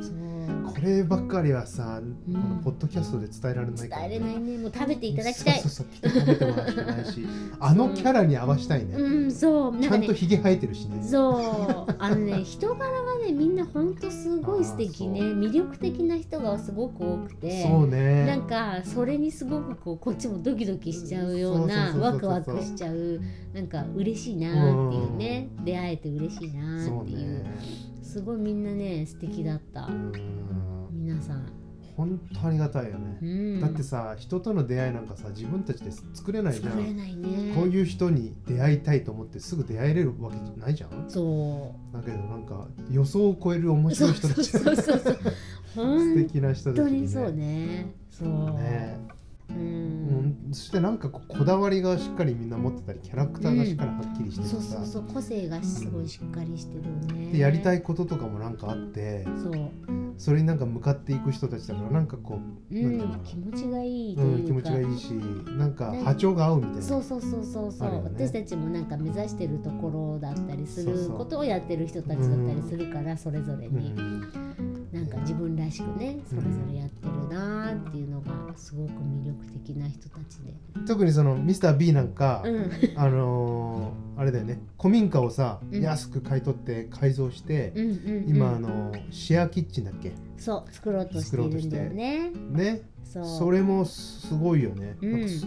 Speaker 2: そううん
Speaker 1: こればっかりはさ、
Speaker 2: うん
Speaker 1: このポッドキャストで伝えられない
Speaker 2: 伝
Speaker 1: から、
Speaker 2: えれないねもう食べていただきたい
Speaker 1: そうそうそう食べてもらうしかないしあのキャラに合わしたいね、
Speaker 2: うんそうな
Speaker 1: ち
Speaker 2: ん
Speaker 1: ゃ
Speaker 2: か
Speaker 1: んと
Speaker 2: ね
Speaker 1: ひげ生えてるしね
Speaker 2: そうあ のね人柄がねみんなほんとすごい素敵ね
Speaker 1: あ
Speaker 2: 魅力的な人がすごく多くて
Speaker 1: そうね
Speaker 2: なんかそれにすごくこうこっちもドキドキしちゃうような
Speaker 1: そうそうそうそうそう
Speaker 2: ワクワクしちゃうなんか嬉しいなっていうね出会えて嬉しいな
Speaker 1: そう
Speaker 2: っていう
Speaker 1: ね
Speaker 2: すごいみんなね素敵だった
Speaker 1: うん
Speaker 2: 皆さん、
Speaker 1: 本当ありがたいよ
Speaker 2: う
Speaker 1: ね、
Speaker 2: ん、
Speaker 1: だってさ人との出会いなんかさ自分たちで作れないじゃ
Speaker 2: 作れ
Speaker 1: ん
Speaker 2: ないね
Speaker 1: こういう人に出会いたいと思ってすぐ出会えれるわけじゃないじゃん
Speaker 2: そ
Speaker 1: だけどなんか予想を超える面
Speaker 2: うそ
Speaker 1: 白いう人
Speaker 2: そ
Speaker 1: た
Speaker 2: う
Speaker 1: ち
Speaker 2: そうそうそう
Speaker 1: 素
Speaker 2: 本
Speaker 1: 敵な人たち
Speaker 2: 当にそうねそう
Speaker 1: ねう
Speaker 2: う
Speaker 1: んん、そしてなんかこうこだわりがしっかりみんな持ってたりキャラクターがしっかりはっきりしててさ、
Speaker 2: そうそうそう個性がすごいしっかりしてるよね。
Speaker 1: でやりた
Speaker 2: い。
Speaker 1: いこととかもなんかあって
Speaker 2: そう。
Speaker 1: それになんか向かっていく人たちだからなんかこ
Speaker 2: う
Speaker 1: なんていうの、
Speaker 2: ん、気持ちがいいうと
Speaker 1: うん、
Speaker 2: い
Speaker 1: 気持
Speaker 2: う
Speaker 1: ち
Speaker 2: か。
Speaker 1: がいいしなんか
Speaker 2: ね
Speaker 1: 波長が合うみたいな
Speaker 2: そうそうそうそうそ
Speaker 1: あるよ
Speaker 2: う、
Speaker 1: ね
Speaker 2: 私たちもなんか目指してるところだったりす
Speaker 1: そう
Speaker 2: る
Speaker 1: そう
Speaker 2: ことをやってる人たちだったりするから、それぞれ
Speaker 1: う
Speaker 2: に、
Speaker 1: ん、
Speaker 2: なんか自分らしくねそれぞれやってるなーっていうのがすごく魅力的な人たちで、
Speaker 1: 特にその Mr.B なんか、
Speaker 2: うん、
Speaker 1: あのーあれだよね古民家をさ
Speaker 2: うん
Speaker 1: 安く買い取って改造して、
Speaker 2: うんうんうん
Speaker 1: 今あのーシェアキッチンだっけ
Speaker 2: そう作ろうとしてるんだよね
Speaker 1: ね
Speaker 2: そう
Speaker 1: それもすごいよね、
Speaker 2: うん
Speaker 1: なんかそ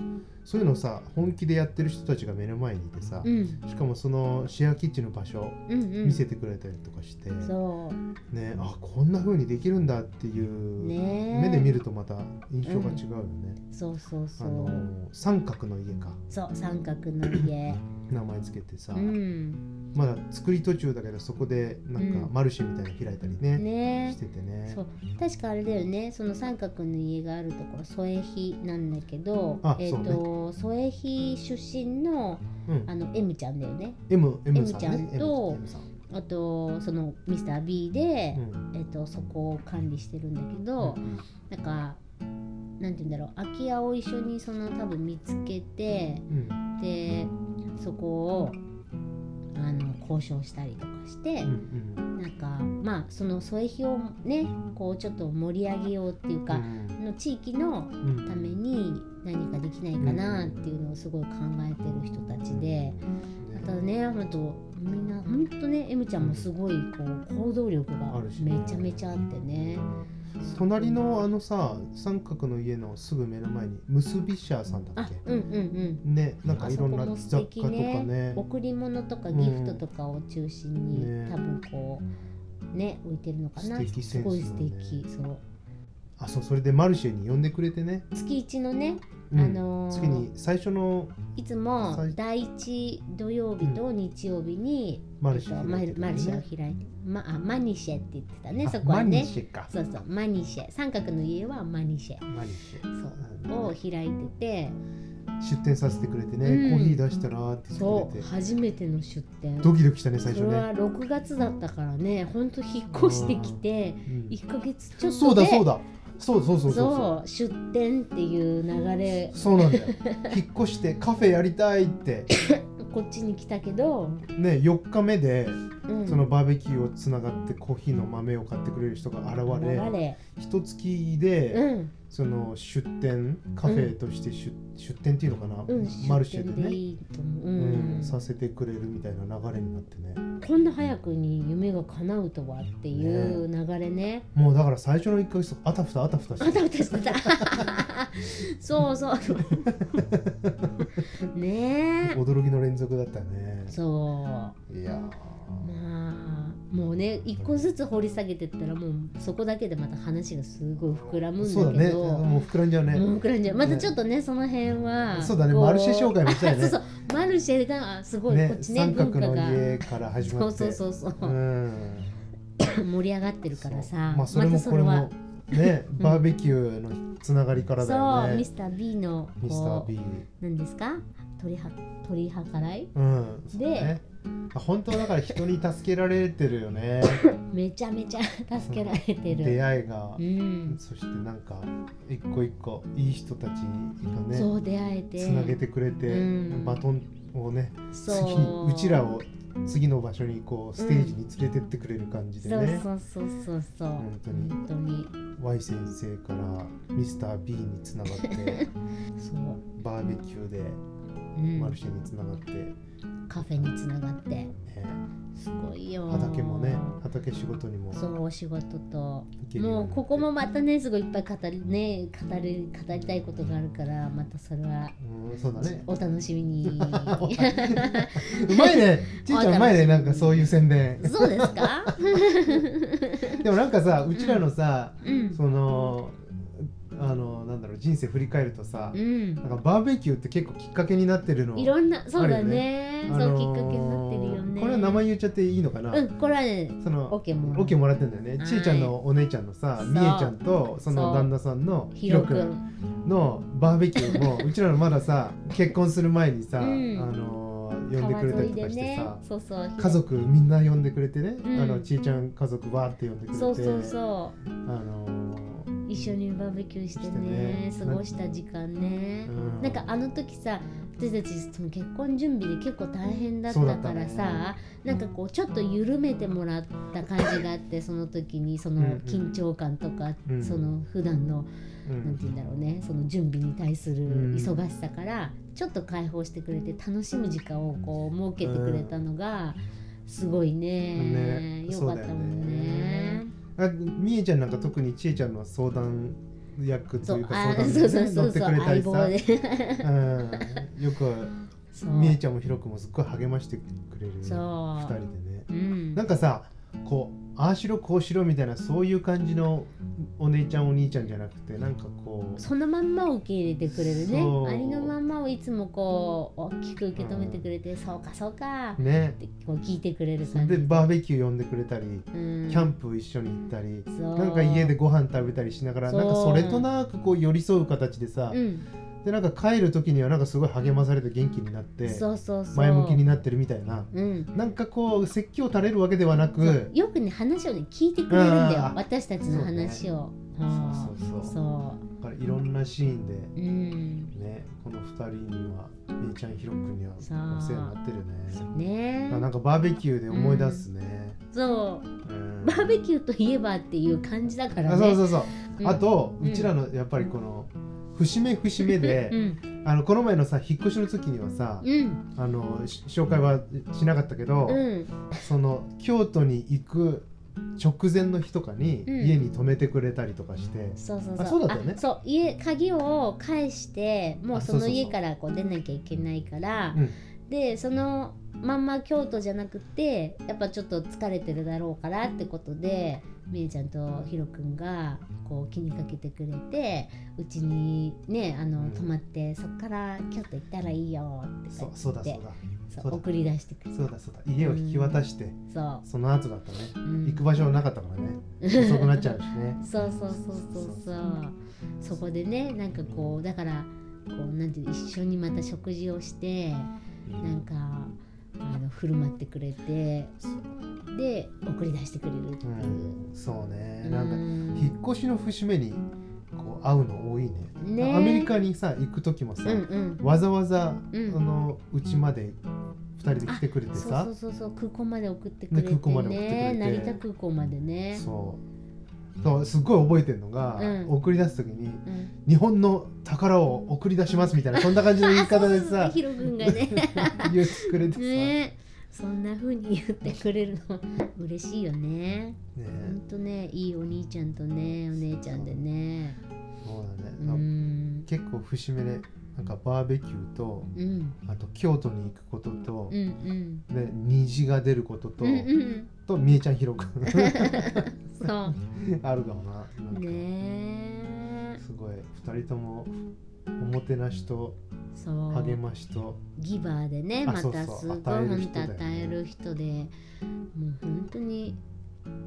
Speaker 1: そういうのさ本気でやってる人たちが目の前にいてさ、
Speaker 2: うん
Speaker 1: しかもそのシェアキッチンの場所
Speaker 2: うんうん
Speaker 1: 見せてくれたりとかして、
Speaker 2: そう
Speaker 1: ねあこんな風にできるんだっていう、
Speaker 2: ねえ
Speaker 1: 目で見るとまた印象が違うよね、
Speaker 2: そうそうそ
Speaker 1: あの
Speaker 2: う
Speaker 1: ー三角の家か
Speaker 2: そう三角の家
Speaker 1: 名前つけてさ、
Speaker 2: うん
Speaker 1: まだ作り途中だけどそこでなんか
Speaker 2: うん
Speaker 1: マルシェみたいなの開いたりね,、
Speaker 2: ね
Speaker 1: しててね
Speaker 2: そう確かあれだよねその三角の家があるところ添え比なんだけど
Speaker 1: あ
Speaker 2: えっ、と添え比出身の
Speaker 1: うん
Speaker 2: あの M ちゃんだよね
Speaker 1: M, M さんね
Speaker 2: M ちゃんと
Speaker 1: M さん
Speaker 2: あとその Mr.B で、
Speaker 1: うん
Speaker 2: えっとそこを管理してるんだけど、
Speaker 1: うん
Speaker 2: なんかなんて言うんだろう空き家を一緒にその多分見つけて
Speaker 1: うん
Speaker 2: でそこをあの交渉したりとかして。
Speaker 1: うんうん
Speaker 2: なんかまあその添え費をねこうちょっと盛り上げようっていう
Speaker 1: う
Speaker 2: か、
Speaker 1: ん
Speaker 2: の地域の
Speaker 1: うん
Speaker 2: ために何かできないかなっていうのをすごい考えてる人たちで、
Speaker 1: ね
Speaker 2: またねほんとみんなほんとね M ちゃんもすごいこう行動力が
Speaker 1: あるしね
Speaker 2: めちゃめちゃあってね
Speaker 1: 隣のあのさ三角の家のすぐ目の前に結び社さんだっ
Speaker 2: あ
Speaker 1: け
Speaker 2: うんうんうん
Speaker 1: ねなんかいろんな
Speaker 2: あそこも素
Speaker 1: 雑貨
Speaker 2: 敵
Speaker 1: とか
Speaker 2: ね
Speaker 1: ね
Speaker 2: 贈り物とかギフトとかを中心に、
Speaker 1: うんね
Speaker 2: 多分こうね置いてるのかな
Speaker 1: 素敵セ
Speaker 2: す
Speaker 1: ンスだ
Speaker 2: ご
Speaker 1: ね
Speaker 2: い素敵そう
Speaker 1: あそうそれでマルシェに呼んでくれてね、
Speaker 2: 月一のね、
Speaker 1: うん
Speaker 2: あのー
Speaker 1: 次に最初の
Speaker 2: いつも
Speaker 1: 最
Speaker 2: 第一土曜日と日曜日に、
Speaker 1: マル
Speaker 2: えっ
Speaker 1: シ
Speaker 2: と
Speaker 1: ェ
Speaker 2: マ
Speaker 1: 開い
Speaker 2: ル
Speaker 1: てる
Speaker 2: マ
Speaker 1: ね
Speaker 2: ルシェを開いて、ま、あマニシェって言ってたね
Speaker 1: あ
Speaker 2: そこはね
Speaker 1: マニシェか
Speaker 2: そうそうマニシェ三角の家はマニシェ
Speaker 1: マニシェ
Speaker 2: そうを開いてて
Speaker 1: 出店させてくれてね、
Speaker 2: うん
Speaker 1: コーヒー出したらって言っ
Speaker 2: そ
Speaker 1: てく
Speaker 2: う
Speaker 1: れて
Speaker 2: 初めての出店
Speaker 1: ドキドキしたね
Speaker 2: そ
Speaker 1: 最
Speaker 2: れ
Speaker 1: 初ね、
Speaker 2: は6月だったからねほんと引っ越してきて
Speaker 1: うん
Speaker 2: 1か月ちょっとで
Speaker 1: そうだそうだそうそうそうそうそう
Speaker 2: そう出店っていう流れ
Speaker 1: そうなんだよ引っ越してカフェやりたいって
Speaker 2: こっちに来たけど、
Speaker 1: ね4日目で
Speaker 2: うん、
Speaker 1: そのバーベキューをつながってコーヒーの豆を買ってくれる人が現れ
Speaker 2: 流れ、
Speaker 1: 一月で、
Speaker 2: うん
Speaker 1: その出店カフェとして出,、出店っていうのかな、
Speaker 2: うん、
Speaker 1: マルシェで
Speaker 2: 出店
Speaker 1: ね
Speaker 2: でいいと思う、う
Speaker 1: うんん、させてくれるみたいな流れになってね
Speaker 2: こんな早くに夢が叶うとはっていう流れね。
Speaker 1: もうだから最初の1ヶ月あたふたあたふた
Speaker 2: あ
Speaker 1: したて
Speaker 2: ふたしてた。そうそう。 ねえ。
Speaker 1: 驚きの連続だったね
Speaker 2: そう。ま
Speaker 1: いや
Speaker 2: あもうね一個ずつ掘り下げてったらもうそこだけでまた話がすごい膨ら
Speaker 1: ー
Speaker 2: むん
Speaker 1: そうだ
Speaker 2: だけ
Speaker 1: ね
Speaker 2: ど。
Speaker 1: もう膨らんじゃうね、
Speaker 2: もう膨らんじゃうまたちょっとねその辺は
Speaker 1: そうだね
Speaker 2: こ
Speaker 1: マルシェ紹介もしたいね
Speaker 2: そうそうマルシェがすごい、こ
Speaker 1: ね
Speaker 2: っちね
Speaker 1: 三角
Speaker 2: 文
Speaker 1: の
Speaker 2: 化が
Speaker 1: 家から始ま
Speaker 2: そ
Speaker 1: っ
Speaker 2: う
Speaker 1: て
Speaker 2: そうそうそう、
Speaker 1: うん
Speaker 2: 盛り上がってるからさ
Speaker 1: まあそれも
Speaker 2: た
Speaker 1: これもねバーベキューのつながりからだよ
Speaker 2: そう、ミ
Speaker 1: ね
Speaker 2: スター B の
Speaker 1: ミスター
Speaker 2: こ
Speaker 1: B
Speaker 2: うなんですか鳥は鳥はからい
Speaker 1: うんそう
Speaker 2: で
Speaker 1: ねあ本当はだから人に助けられてるよね
Speaker 2: めちゃめちゃ 助けられてる。
Speaker 1: 出会いが
Speaker 2: う、ん、
Speaker 1: そしてなんか一個一個いい人たちがね
Speaker 2: そう出会えて。
Speaker 1: つなげてくれて、
Speaker 2: うん
Speaker 1: バトンをね次に
Speaker 2: そう
Speaker 1: うちらを次の場所にこうステージに連れてってくれる感じで
Speaker 2: そう
Speaker 1: ね、
Speaker 2: そうそうそうそう
Speaker 1: 本当に
Speaker 2: 本当に
Speaker 1: Y 先生からミスター b につながって
Speaker 2: そう、
Speaker 1: バーベキューで
Speaker 2: うん
Speaker 1: マルシェにつながって、ね、
Speaker 2: カフェにつながってすごいよ
Speaker 1: 畑もね畑仕事にも
Speaker 2: そうお仕事と
Speaker 1: 行けるよう
Speaker 2: も
Speaker 1: にな
Speaker 2: う
Speaker 1: って
Speaker 2: ここもまたねすごいいっぱい語りね語り語りたいことがあるからまたそれは
Speaker 1: うんそうだね
Speaker 2: お楽し みに
Speaker 1: うまいねちいちゃんうまいねなんかそういう宣伝
Speaker 2: そうですか
Speaker 1: でもなんかさうちらのさ、
Speaker 2: うん
Speaker 1: そのあのなんだろう人生振り返るとさ、
Speaker 2: うん
Speaker 1: なんかバーベキューって結構きっかけになってるの
Speaker 2: いろんなそうだね
Speaker 1: あのー
Speaker 2: そうきっかけになってるよね
Speaker 1: これは名前言っちゃっていいのかな、
Speaker 2: うんこれはね
Speaker 1: その
Speaker 2: オッケーもらう
Speaker 1: オッケーもらってんだよね、
Speaker 2: はい
Speaker 1: ちいちゃんのお姉ちゃんのさ
Speaker 2: そう
Speaker 1: みえちゃんとその旦那さんの
Speaker 2: ヒ
Speaker 1: ひ
Speaker 2: ロ
Speaker 1: ろ
Speaker 2: く
Speaker 1: くん
Speaker 2: ん
Speaker 1: のバーベキュー もうちらのまださ結婚する前にさ、
Speaker 2: うん
Speaker 1: あのー呼んでくれたりとかしてさ、
Speaker 2: そうそう
Speaker 1: 家族みんな呼んでくれてね、
Speaker 2: うん
Speaker 1: あのちいちゃん家族わーって呼んでくれて
Speaker 2: そうそうそ
Speaker 1: あのー
Speaker 2: う一緒にバーベキューしてね
Speaker 1: して
Speaker 2: 過
Speaker 1: ね
Speaker 2: ごした時間ね
Speaker 1: うん
Speaker 2: なんかあの時さ私たちその結婚準備で結構大変だっ
Speaker 1: そうだ
Speaker 2: た
Speaker 1: った
Speaker 2: か
Speaker 1: ね
Speaker 2: らさ、なんかこうちょっと緩めてもらった感じがあってその時にそ
Speaker 1: う
Speaker 2: の
Speaker 1: んうん
Speaker 2: 緊張感とか、
Speaker 1: うん
Speaker 2: その普段の
Speaker 1: う
Speaker 2: なん
Speaker 1: ん
Speaker 2: て言うんだろうねその準備に対する
Speaker 1: うん
Speaker 2: 忙しさからちょっと解放してくれて楽しむ時間をこう設けてくれたのがすごいね,、
Speaker 1: ね
Speaker 2: よかったもんね。
Speaker 1: あみえちゃんなんか特にちえちゃんの相談役
Speaker 2: そ
Speaker 1: といううか
Speaker 2: あ
Speaker 1: 相談
Speaker 2: ーそう
Speaker 1: で
Speaker 2: そう
Speaker 1: ね
Speaker 2: そ
Speaker 1: 乗
Speaker 2: う
Speaker 1: って
Speaker 2: そう
Speaker 1: くれた
Speaker 2: 相
Speaker 1: りさ
Speaker 2: 棒、で
Speaker 1: うん、よく
Speaker 2: そう
Speaker 1: みえちゃんもひろくんもすっごい励ましてくれる
Speaker 2: そう
Speaker 1: 2人でね
Speaker 2: うん
Speaker 1: なんかさこうああしろこうしろみたいなそういう感じのお姉ちゃんお兄ちゃんじゃなくてなんかこう
Speaker 2: そのまんまを受け入れてくれるね
Speaker 1: そう
Speaker 2: ありのまんまをいつもこう大きく受け止めてくれて、そうかそうかっ
Speaker 1: ね
Speaker 2: てこう聞いてくれる
Speaker 1: そ
Speaker 2: 感
Speaker 1: れ
Speaker 2: じ
Speaker 1: でバーベキュー呼んでくれたり
Speaker 2: うん
Speaker 1: キャンプ一緒に行ったり、
Speaker 2: そう
Speaker 1: なんか家でご飯食べたりしながら
Speaker 2: そう
Speaker 1: なんかそれとなくこう寄り添う形でさ、
Speaker 2: うん
Speaker 1: でなんか帰る時にはなんかすごい励まされて元気になって
Speaker 2: そうそうそう
Speaker 1: 前向きになってるみたいな
Speaker 2: うん
Speaker 1: なんかこう説教垂れるわけではな
Speaker 2: そう
Speaker 1: く
Speaker 2: よくね話をね聞いてくれるんだ
Speaker 1: あ
Speaker 2: よ
Speaker 1: ー
Speaker 2: 私たちの話をあー
Speaker 1: そうそうそう
Speaker 2: そ
Speaker 1: だからいろんなシーンで。
Speaker 2: ううん
Speaker 1: ね、この二人には、みーちゃん、ひろくんにはお世
Speaker 2: さ
Speaker 1: 話
Speaker 2: あ
Speaker 1: になってるね。
Speaker 2: ね
Speaker 1: あなんかバーベキューで思い出すね。
Speaker 2: そう
Speaker 1: うん
Speaker 2: バーベキューといえばっていう感じだからね
Speaker 1: あそうそうそう。
Speaker 2: うん
Speaker 1: あと、
Speaker 2: うん
Speaker 1: うちらのやっぱりこの節目節目で、
Speaker 2: うん
Speaker 1: あのこの前のさ引っ越しの時にはさ、
Speaker 2: うん
Speaker 1: あのし紹介はしなかったけど、
Speaker 2: うん
Speaker 1: その京都に行く直前の日とかに
Speaker 2: うん
Speaker 1: 家に泊めてくれたりとかして、
Speaker 2: そうそうそう。
Speaker 1: あそうだったよね
Speaker 2: あそう家鍵を返してもう
Speaker 1: あ
Speaker 2: そ
Speaker 1: そうそう
Speaker 2: の
Speaker 1: そう
Speaker 2: 家からこう出なきゃいけないから
Speaker 1: うん
Speaker 2: でそのまんま京都じゃなくてやっぱちょっと疲れてるだろうからってことでみえちゃんとひろくんがこう気にかけてくれてうちにねあ
Speaker 1: う
Speaker 2: の
Speaker 1: ん
Speaker 2: 泊まってそっから京都行ったらいいよって
Speaker 1: そ
Speaker 2: 感
Speaker 1: う
Speaker 2: じ
Speaker 1: そうだそう
Speaker 2: で
Speaker 1: だ
Speaker 2: そう
Speaker 1: そうだ
Speaker 2: 送り出してくれ
Speaker 1: そうだそうだ家を引き渡して、
Speaker 2: そう、
Speaker 1: その後だったね、
Speaker 2: うん
Speaker 1: 行く場所はなかったからね遅くなっちゃうしね。
Speaker 2: そうそうそうそうそうそこでねなんかこうだからこうなんていう一緒にまた食事をしてなんかあの振る舞ってくれてで送り出してくれるって
Speaker 1: う、
Speaker 2: いうん
Speaker 1: そうね、
Speaker 2: う
Speaker 1: なんか
Speaker 2: ん
Speaker 1: 引っ越しの節目にこう会うの多いね
Speaker 2: ね
Speaker 1: アメリカにさ行く時もさ、
Speaker 2: うんうん
Speaker 1: わざわざ、
Speaker 2: うん
Speaker 1: あのうちまで2人で来てくれて
Speaker 2: そう
Speaker 1: さ
Speaker 2: そ
Speaker 1: そうう
Speaker 2: そうそう空港まで送ってくれて
Speaker 1: ね空港まで送ってく
Speaker 2: ね
Speaker 1: れて
Speaker 2: 成田空港までね
Speaker 1: そうすっごい覚えてるのが、
Speaker 2: うん
Speaker 1: 送り出す時に
Speaker 2: うん
Speaker 1: 「日本の宝を送り出します」みたいなそんな感じの言い方でさ
Speaker 2: あそうそうそうヒロ君がね
Speaker 1: 言ってくれてさ、ね
Speaker 2: ねそんな風に言ってくれるの嬉しいよねほんとねいいお兄ちゃんとねお姉ちゃんでね
Speaker 1: そうだね、
Speaker 2: うーん
Speaker 1: 結構節目でなんかバーベキューと
Speaker 2: うん
Speaker 1: あと京都に行くことと
Speaker 2: うんう、ん
Speaker 1: で虹が出ることと、
Speaker 2: うんうん
Speaker 1: とみえちゃんひろ くん
Speaker 2: そ
Speaker 1: あるかもななん
Speaker 2: う
Speaker 1: か
Speaker 2: ね
Speaker 1: すごい2人ともおもてなしと
Speaker 2: そう
Speaker 1: 励ましと
Speaker 2: ギバーでね
Speaker 1: あ
Speaker 2: また
Speaker 1: そう
Speaker 2: す
Speaker 1: そう
Speaker 2: ごい
Speaker 1: 与える
Speaker 2: 本
Speaker 1: 人
Speaker 2: 当
Speaker 1: だよね
Speaker 2: 与える人でもう本当に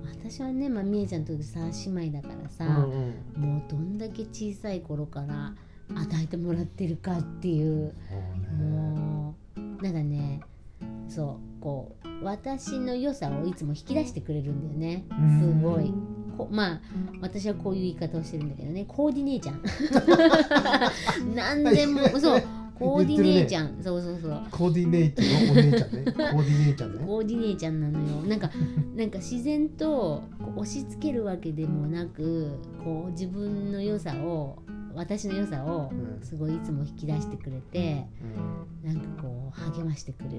Speaker 2: 私はねまあみえちゃんとさ姉妹だからさ、
Speaker 1: うんうん
Speaker 2: もうどんだけ小さい頃から与えてもらってるかっていう
Speaker 1: そうね
Speaker 2: もうなんかねそうこう私の良さをいつも引き出してくれるんだよね
Speaker 1: うん
Speaker 2: すごいこまあ私は こういう言い方をしてるんだけどねコーディネーちゃん何でもそうコーディネーちゃん、そうそうそう
Speaker 1: コーディネイトのお姉ちゃん ねコーディネイちゃんね
Speaker 2: コーディネーちゃんなのよ なんかなんか自然とこう押し付けるわけでもなくこう自分の良さを私の良さを
Speaker 1: うん
Speaker 2: すごいいつも引き出してくれて、
Speaker 1: う
Speaker 2: なんかこう励ましてくれる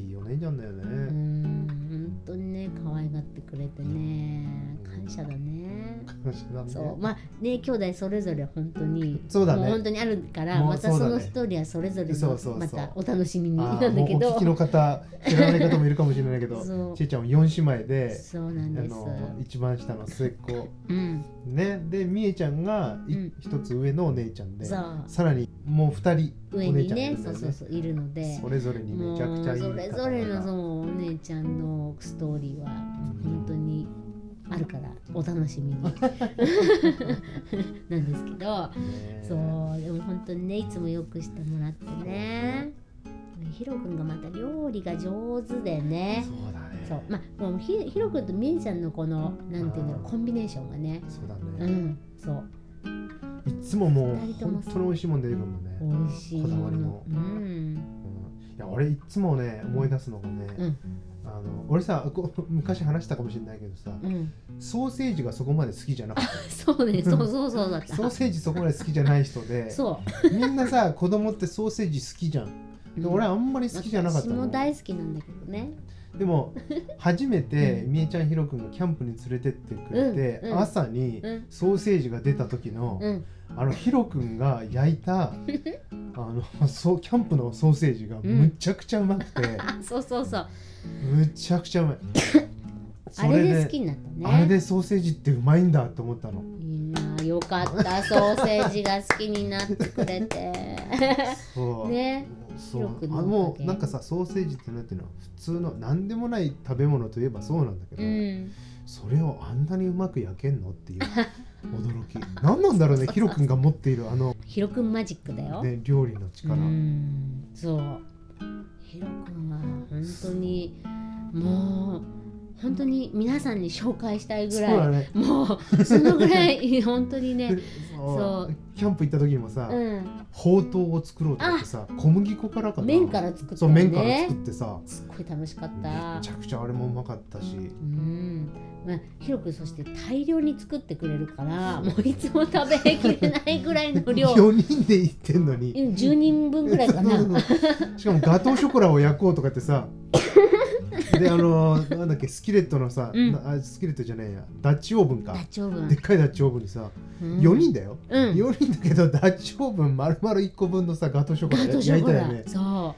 Speaker 1: んいいお姉ちゃんだよ
Speaker 2: うー
Speaker 1: ね、
Speaker 2: ん本当にね可愛がってくれてね
Speaker 1: うん
Speaker 2: 感謝だね
Speaker 1: 感謝だね
Speaker 2: そうまあね兄弟それぞれ本当に
Speaker 1: そうだね
Speaker 2: もう本当にあるから
Speaker 1: もう
Speaker 2: また
Speaker 1: そう
Speaker 2: そ
Speaker 1: だね
Speaker 2: のストーリーはそれぞれ
Speaker 1: そうそうそう
Speaker 2: のまたお楽しみにな
Speaker 1: あ
Speaker 2: ん
Speaker 1: ー
Speaker 2: だ
Speaker 1: もう
Speaker 2: けど
Speaker 1: お聞きの方知らない方もいるかもしれないけど
Speaker 2: そう
Speaker 1: ちえちゃんは4姉妹で
Speaker 2: そうなん
Speaker 1: あ
Speaker 2: です
Speaker 1: の一番下の末っ子
Speaker 2: うん
Speaker 1: ねでみえちゃんがい
Speaker 2: うん
Speaker 1: 一、つ上のお姉ちゃんで
Speaker 2: そう
Speaker 1: さらにもう二人お
Speaker 2: 上
Speaker 1: 姉
Speaker 2: に
Speaker 1: ちゃんがい
Speaker 2: ね
Speaker 1: るんだよ
Speaker 2: そうそうそういるので
Speaker 1: それぞれにめちゃくちゃいい
Speaker 2: も
Speaker 1: 方
Speaker 2: うそ
Speaker 1: 々が
Speaker 2: れぞれのそのお姉ちゃんのストーリーは本当にあるからお楽 しみになんですけど
Speaker 1: ね
Speaker 2: そうでも本当にねいつもよくしてもらってねヒロ君がまた料理が上手でね
Speaker 1: そうだね
Speaker 2: そうまあもうひヒロ君とみえちゃんのこのなんていうんだろう
Speaker 1: あー
Speaker 2: コンビネーションがね
Speaker 1: そうだ
Speaker 2: う
Speaker 1: ね、
Speaker 2: んそう
Speaker 1: いつももう
Speaker 2: 二人とも
Speaker 1: 本当に美味しいもん出てくるもんね、
Speaker 2: 美味しい
Speaker 1: こだわ
Speaker 2: も
Speaker 1: り
Speaker 2: の
Speaker 1: も
Speaker 2: うん
Speaker 1: うんいや俺いつもね思い出すのがね、
Speaker 2: うん
Speaker 1: あの俺さこ 昔話したかもしれないけどさ
Speaker 2: うん
Speaker 1: ソーセージがそこまで好きじゃなかっ
Speaker 2: そうねそうそう そうだった
Speaker 1: たソーセージそこまで好きじゃない人で
Speaker 2: そ
Speaker 1: みんなさ子供ってソーセージ好きじゃん
Speaker 2: う。
Speaker 1: で俺あんまり好きじゃなかった
Speaker 2: 私
Speaker 1: の
Speaker 2: も大好きなんだけどね。
Speaker 1: で も初めてみえちゃんひろくんがキャンプに連れてってくれて、
Speaker 2: うんうん
Speaker 1: 朝に
Speaker 2: うん。
Speaker 1: ソーセージが出た時の、
Speaker 2: うん。
Speaker 1: あのひろくんが焼い たあのそうキャンプのソーセージがむちゃくちゃうまくて、
Speaker 2: あ、そうそうそう。
Speaker 1: むちゃくちゃうまい
Speaker 2: あれで好きになったね。
Speaker 1: あれでソーセージってうまいんだって思ったの
Speaker 2: いいな、よかった。ソーセージが好きになってくれて。
Speaker 1: そう
Speaker 2: ね。
Speaker 1: そう
Speaker 2: ひろくん
Speaker 1: あ
Speaker 2: のお
Speaker 1: も
Speaker 2: かげ
Speaker 1: うなんかさソーセージってなんていうの普通の何でもない食べ物といえばそうなんだけど、
Speaker 2: うん。
Speaker 1: それをあんなにうまく焼けんのって いう驚き何なんだろうねヒロ君が持っているあ の、
Speaker 2: ヒロ君マジックだよ。
Speaker 1: ね、料理の
Speaker 2: う
Speaker 1: 力、
Speaker 2: ん。そう。ヒロ君は本当に。もう。本当に皆さんに紹介したい
Speaker 1: そ
Speaker 2: ぐ
Speaker 1: う
Speaker 2: ら
Speaker 1: だ
Speaker 2: い。
Speaker 1: ね
Speaker 2: もう。そのぐらい、 本当にね。
Speaker 1: そう
Speaker 2: そう
Speaker 1: キャンプ行った時にもさ、
Speaker 2: うん。
Speaker 1: ほうとうを作ろうと思ってさ小麦粉からかな
Speaker 2: 麺から作ったね
Speaker 1: そう麺から作ってさ
Speaker 2: すっごい楽しかった。
Speaker 1: めちゃくちゃあれもうまかったし
Speaker 2: うん、まあ、広くそして大量に作ってくれるからもういつも食べきれないぐらいの 量
Speaker 1: 4人で行ってんのに
Speaker 2: うん10人分ぐらいかな
Speaker 1: そうそう しかもガトーショコラを焼こうとかって さであのーなんだっけスキレットのさ、
Speaker 2: うん
Speaker 1: なあスキレットじゃないやダッチオーブンか
Speaker 2: ダチョウ
Speaker 1: でっかいダッチオーブンにさ、
Speaker 2: 分
Speaker 1: 4人だよ、
Speaker 2: うん
Speaker 1: 4人だけどダッチオーブン丸々1個分のさガトーショコラ
Speaker 2: ガトーショ
Speaker 1: 焼い
Speaker 2: コ
Speaker 1: たよ
Speaker 2: ラ
Speaker 1: ね
Speaker 2: そ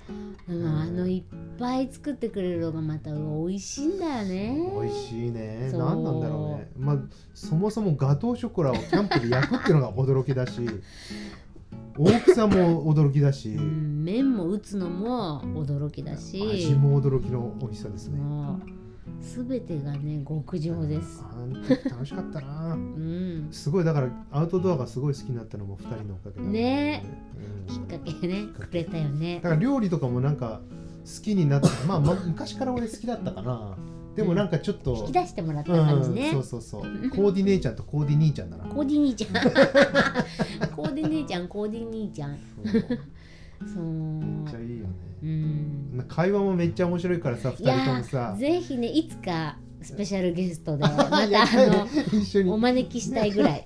Speaker 2: う、うん、あのいっぱい作ってくれるのがまた美味しいんだよね
Speaker 1: 美味しいね
Speaker 2: そう
Speaker 1: 何なんだろうねまあそもそもガトーショコラをキャンプで焼くっていうのが驚きだ し大きさも驚きだし、
Speaker 2: うん、麺も打つのも驚きだし
Speaker 1: 味も驚きの美味しさですね
Speaker 2: もう全てがね極上です
Speaker 1: あ、の時楽しかったな
Speaker 2: うん、
Speaker 1: すごいだからアウトドアがすごい好きになったのも2人のおかげだ
Speaker 2: ね
Speaker 1: う
Speaker 2: きっ
Speaker 1: ん
Speaker 2: かけねくれたよね
Speaker 1: だから料理とかもなんか好きになったまあ、まあ、昔から俺好きだったかなでもなんかちょっと
Speaker 2: 引き出してもらった感じね、
Speaker 1: うん、そうそうそうコーディネーちゃんとコーディ兄ちゃんだな
Speaker 2: コーディ兄ち ゃんコーディ姉ちゃんコーディ兄ちゃん
Speaker 1: そう
Speaker 2: そう
Speaker 1: めっちゃいいよ
Speaker 2: う
Speaker 1: ね
Speaker 2: ん
Speaker 1: 会話もめっちゃ面白いからさ2
Speaker 2: い
Speaker 1: 人
Speaker 2: や
Speaker 1: ともさ
Speaker 2: ーぜひねいつかスペシャルゲストでまたあ
Speaker 1: いや
Speaker 2: の
Speaker 1: 一緒に
Speaker 2: お
Speaker 1: お
Speaker 2: 招きしたいぐらい、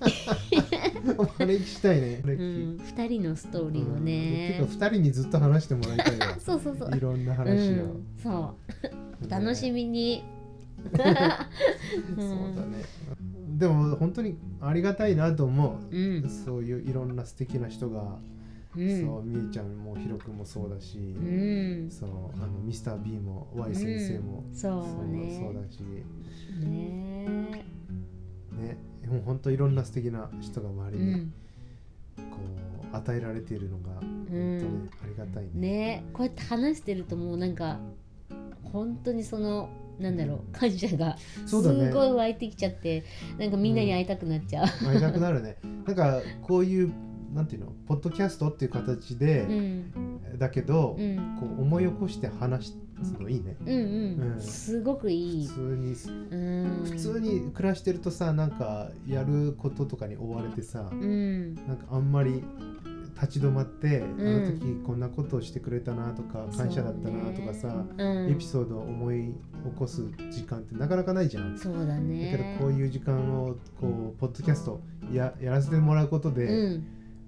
Speaker 1: 招きしたいねお
Speaker 2: う
Speaker 1: 招き
Speaker 2: ん、2人のストーリーを
Speaker 1: う
Speaker 2: ね
Speaker 1: んてか2人にずっと話してもらいたいわ
Speaker 2: そうそうそう
Speaker 1: いろんな
Speaker 2: う
Speaker 1: 話を、
Speaker 2: ん、そう楽しみに、
Speaker 1: そうだねでも本当にありがたいなと思
Speaker 2: う
Speaker 1: う、
Speaker 2: ん
Speaker 1: そういういろんな素敵な人が、
Speaker 2: う
Speaker 1: そうんみーちゃんもひろくんもそうだし、
Speaker 2: うん
Speaker 1: そうあのミスター B も Y 先生も、
Speaker 2: そうね
Speaker 1: そうそうだし
Speaker 2: ね
Speaker 1: ねもう本当いろんな素敵な人が周
Speaker 2: う
Speaker 1: りに
Speaker 2: ん
Speaker 1: こう与えられているのが本当
Speaker 2: う
Speaker 1: に
Speaker 2: ん
Speaker 1: ありがたいね。
Speaker 2: ねこうやって話してるともうなんか本当にそのなんだろう感謝が
Speaker 1: そうだね
Speaker 2: すごい湧いてきちゃってなんかみんなに会いたくなっちゃう。
Speaker 1: 会いたくなるね。なんかこういうなんていうのポッドキャストっていう形
Speaker 2: う
Speaker 1: で、
Speaker 2: ん
Speaker 1: だけど、
Speaker 2: うん
Speaker 1: こう思い起こして話すのいいね。
Speaker 2: うんうん、
Speaker 1: うん
Speaker 2: すごくいい
Speaker 1: 普。通に
Speaker 2: うん、
Speaker 1: 普通に暮らしてるとさなんかやることとかに追われてさ
Speaker 2: うん
Speaker 1: なんかあんまり立ち止まって、
Speaker 2: ん
Speaker 1: あの時こんなことをしてくれたなとか感謝だったなとかさ、
Speaker 2: そうねうん、
Speaker 1: エピソードを思い起こす時間ってなかなかないじゃん。だ
Speaker 2: そうだ
Speaker 1: けど
Speaker 2: ね
Speaker 1: こういう時間をこうポッドキャストややらせてもらうことで、
Speaker 2: うん、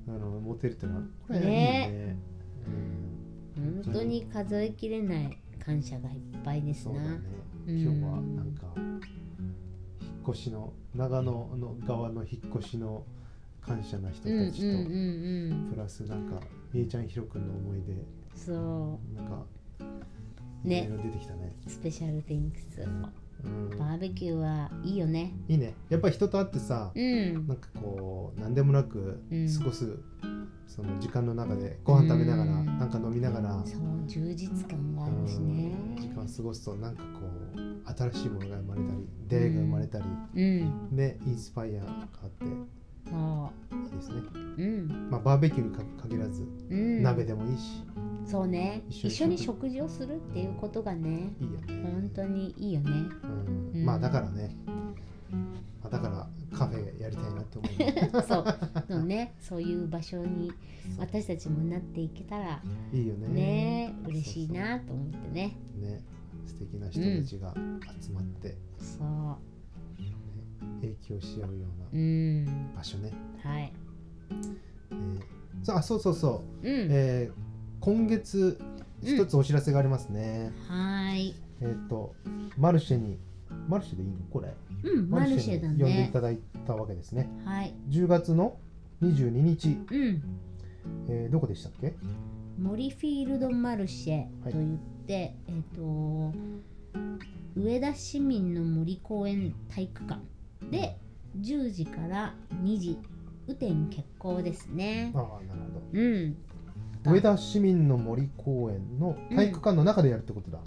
Speaker 1: あの持てるってのはこれはいい
Speaker 2: ね
Speaker 1: ね。うん
Speaker 2: 本当に数えきれない感謝がいっぱいです
Speaker 1: そう
Speaker 2: な
Speaker 1: だね。
Speaker 2: うん
Speaker 1: 今日はなんか引っ越しの長野の側の引っ越しの感謝な人
Speaker 2: うんうん
Speaker 1: たちと、
Speaker 2: うんうん
Speaker 1: プラスなんかみえちゃんひろくんの思い出
Speaker 2: そ
Speaker 1: なんか
Speaker 2: ね
Speaker 1: いろいろ出てきたね。
Speaker 2: うスペシャルティンクス
Speaker 1: うん
Speaker 2: バーベキューはいいよね
Speaker 1: いいね。やっぱり人と会ってさ、
Speaker 2: うん
Speaker 1: なんかこう何でもなく
Speaker 2: うん
Speaker 1: 過ごす、その時間の中でご飯食べながら、
Speaker 2: うん
Speaker 1: なんか飲みながら、
Speaker 2: そう充実感があ
Speaker 1: うん
Speaker 2: るしね
Speaker 1: 時間を過ごすとなんかこう新しいものが生まれたり出会いが生まれたり、
Speaker 2: うん
Speaker 1: ねインスパイアがあっていい
Speaker 2: そ
Speaker 1: ですね。
Speaker 2: ううん
Speaker 1: まあバーベキューにか限らず、
Speaker 2: うん
Speaker 1: 鍋でもいいし
Speaker 2: そうね
Speaker 1: 一緒
Speaker 2: 一
Speaker 1: に
Speaker 2: 緒に食事をするっていうことがね
Speaker 1: いいよね。
Speaker 2: 本当にいいよね
Speaker 1: うん
Speaker 2: うん
Speaker 1: まあだからね、まあ、だからカフェやりたいなって思うね、
Speaker 2: そうのねそういう場所に
Speaker 1: そう
Speaker 2: 私たちもなっていけたら
Speaker 1: いいよね
Speaker 2: ね嬉しいなと思ってね
Speaker 1: ね素敵な人たちが集まって、
Speaker 2: そ
Speaker 1: 影響し合うよう
Speaker 2: うう
Speaker 1: なん場所ね。
Speaker 2: はい
Speaker 1: ねさあそうそうそう、
Speaker 2: うん
Speaker 1: えー今月一つお知らせがありますね。
Speaker 2: はい
Speaker 1: えっ、とマルシェにマルシェでいいのこれ
Speaker 2: うんマルシェだ
Speaker 1: に呼んでい
Speaker 2: ね
Speaker 1: ただいたわけですね。
Speaker 2: はい
Speaker 1: 10月の22日、
Speaker 2: うん
Speaker 1: えーどこでしたっけ？
Speaker 2: 森フィールドマルシェ
Speaker 1: はい
Speaker 2: といって、えっ、と上田市民の森公園体育館で10時から2時雨天決行ですね
Speaker 1: ああなるほど。
Speaker 2: うん
Speaker 1: 上田市民の森公園の体育館の中でやるってことだ、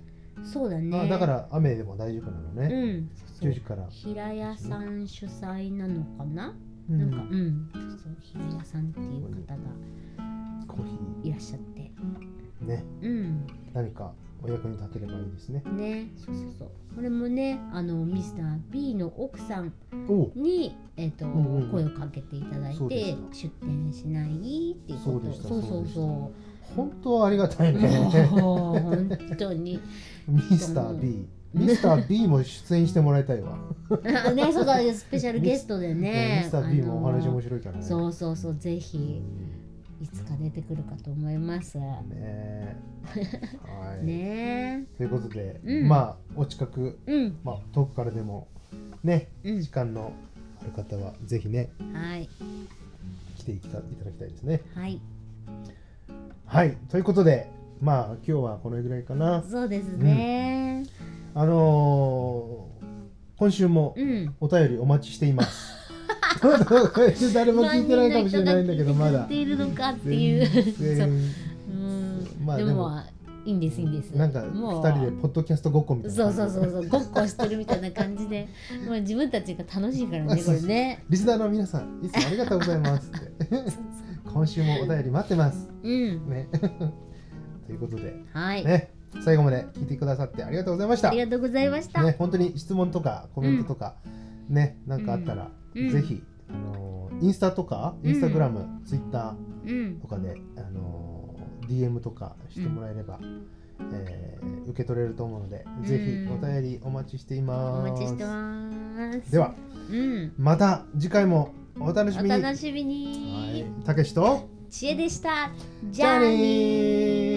Speaker 2: そうだ
Speaker 1: あ
Speaker 2: ね
Speaker 1: だから雨でも大丈夫なの
Speaker 2: う
Speaker 1: ね、
Speaker 2: んそう
Speaker 1: 10時から、
Speaker 2: 平屋さん主催なのかな、
Speaker 1: うん
Speaker 2: なんかうんそう平屋さんっていう方が
Speaker 1: コーヒ
Speaker 2: いらっしゃって
Speaker 1: ーね
Speaker 2: うん
Speaker 1: 何かお役に立てればいいですね
Speaker 2: ねそうそうそうこれもねあのミスター B の奥さん
Speaker 1: おお
Speaker 2: に、えーと
Speaker 1: んうん
Speaker 2: 声をかけていただい
Speaker 1: そうで
Speaker 2: て
Speaker 1: した
Speaker 2: 出店しないっていうこ
Speaker 1: そう
Speaker 2: と
Speaker 1: でした
Speaker 2: そうそうそ
Speaker 1: 本当はありがたいうね
Speaker 2: もう本当に
Speaker 1: ミスター B ミスター B も出演してもらいた いわ
Speaker 2: あねそうそうスペシャルゲストでね
Speaker 1: ミスター B もお話面
Speaker 2: 白
Speaker 1: 白いからね
Speaker 2: そうそうそうぜ
Speaker 1: う
Speaker 2: ひ
Speaker 1: ん
Speaker 2: いつか出てくるかと思いますね
Speaker 1: ね えはい、
Speaker 2: え
Speaker 1: ということで、
Speaker 2: うん
Speaker 1: まあお近く、
Speaker 2: うん
Speaker 1: まあ、遠くからでもね
Speaker 2: うん
Speaker 1: 時間のある方はぜひね
Speaker 2: はい
Speaker 1: 来ていたいただきたいですね
Speaker 2: はい
Speaker 1: はい、ということで、まあ今日はこのぐらいかな。
Speaker 2: そうですね
Speaker 1: あのー今週も
Speaker 2: うん
Speaker 1: お便りお待ちしてい ます。誰も聞いてないかもしれないんだけど、まだ
Speaker 2: 何人がいただい。ているのかってい
Speaker 1: 全
Speaker 2: うそう
Speaker 1: 然
Speaker 2: うん
Speaker 1: まあ
Speaker 2: で
Speaker 1: でも
Speaker 2: もいいんですいいんです
Speaker 1: なんか
Speaker 2: もう
Speaker 1: 2人でポッドキャストごっこみたいな
Speaker 2: そう
Speaker 1: 感じで。
Speaker 2: そうそうそうごっこしてるみたいな感じでもう自分たちが楽しいから
Speaker 1: あ
Speaker 2: ねこ
Speaker 1: そう
Speaker 2: れね
Speaker 1: リスナーの皆さん、いつもありがとうございます って。今週もお便り待ってます。
Speaker 2: うん
Speaker 1: ね、ということで、
Speaker 2: はい、
Speaker 1: ね、最後まで聞いてくださってありがとうございまし
Speaker 2: あ
Speaker 1: た
Speaker 2: り。がとうございました、
Speaker 1: ね、本当に質問とかコメントとか、ね、なんかあったら、
Speaker 2: うんうん
Speaker 1: ぜひ、あのーインスタとか、
Speaker 2: うん
Speaker 1: インスタグラム、ツイッタ
Speaker 2: うん
Speaker 1: ーとかで、あのー DM とかしてもらえれば、えー受け取れると思うので、
Speaker 2: ん
Speaker 1: ぜひお便りお待ちしてい
Speaker 2: お
Speaker 1: ます。
Speaker 2: 待ちしてます
Speaker 1: では、
Speaker 2: うん
Speaker 1: また次回もお楽し
Speaker 2: お
Speaker 1: みに。
Speaker 2: 楽しみに、
Speaker 1: はい、たけしと、
Speaker 2: 知恵でしたじゃあねー
Speaker 1: ねー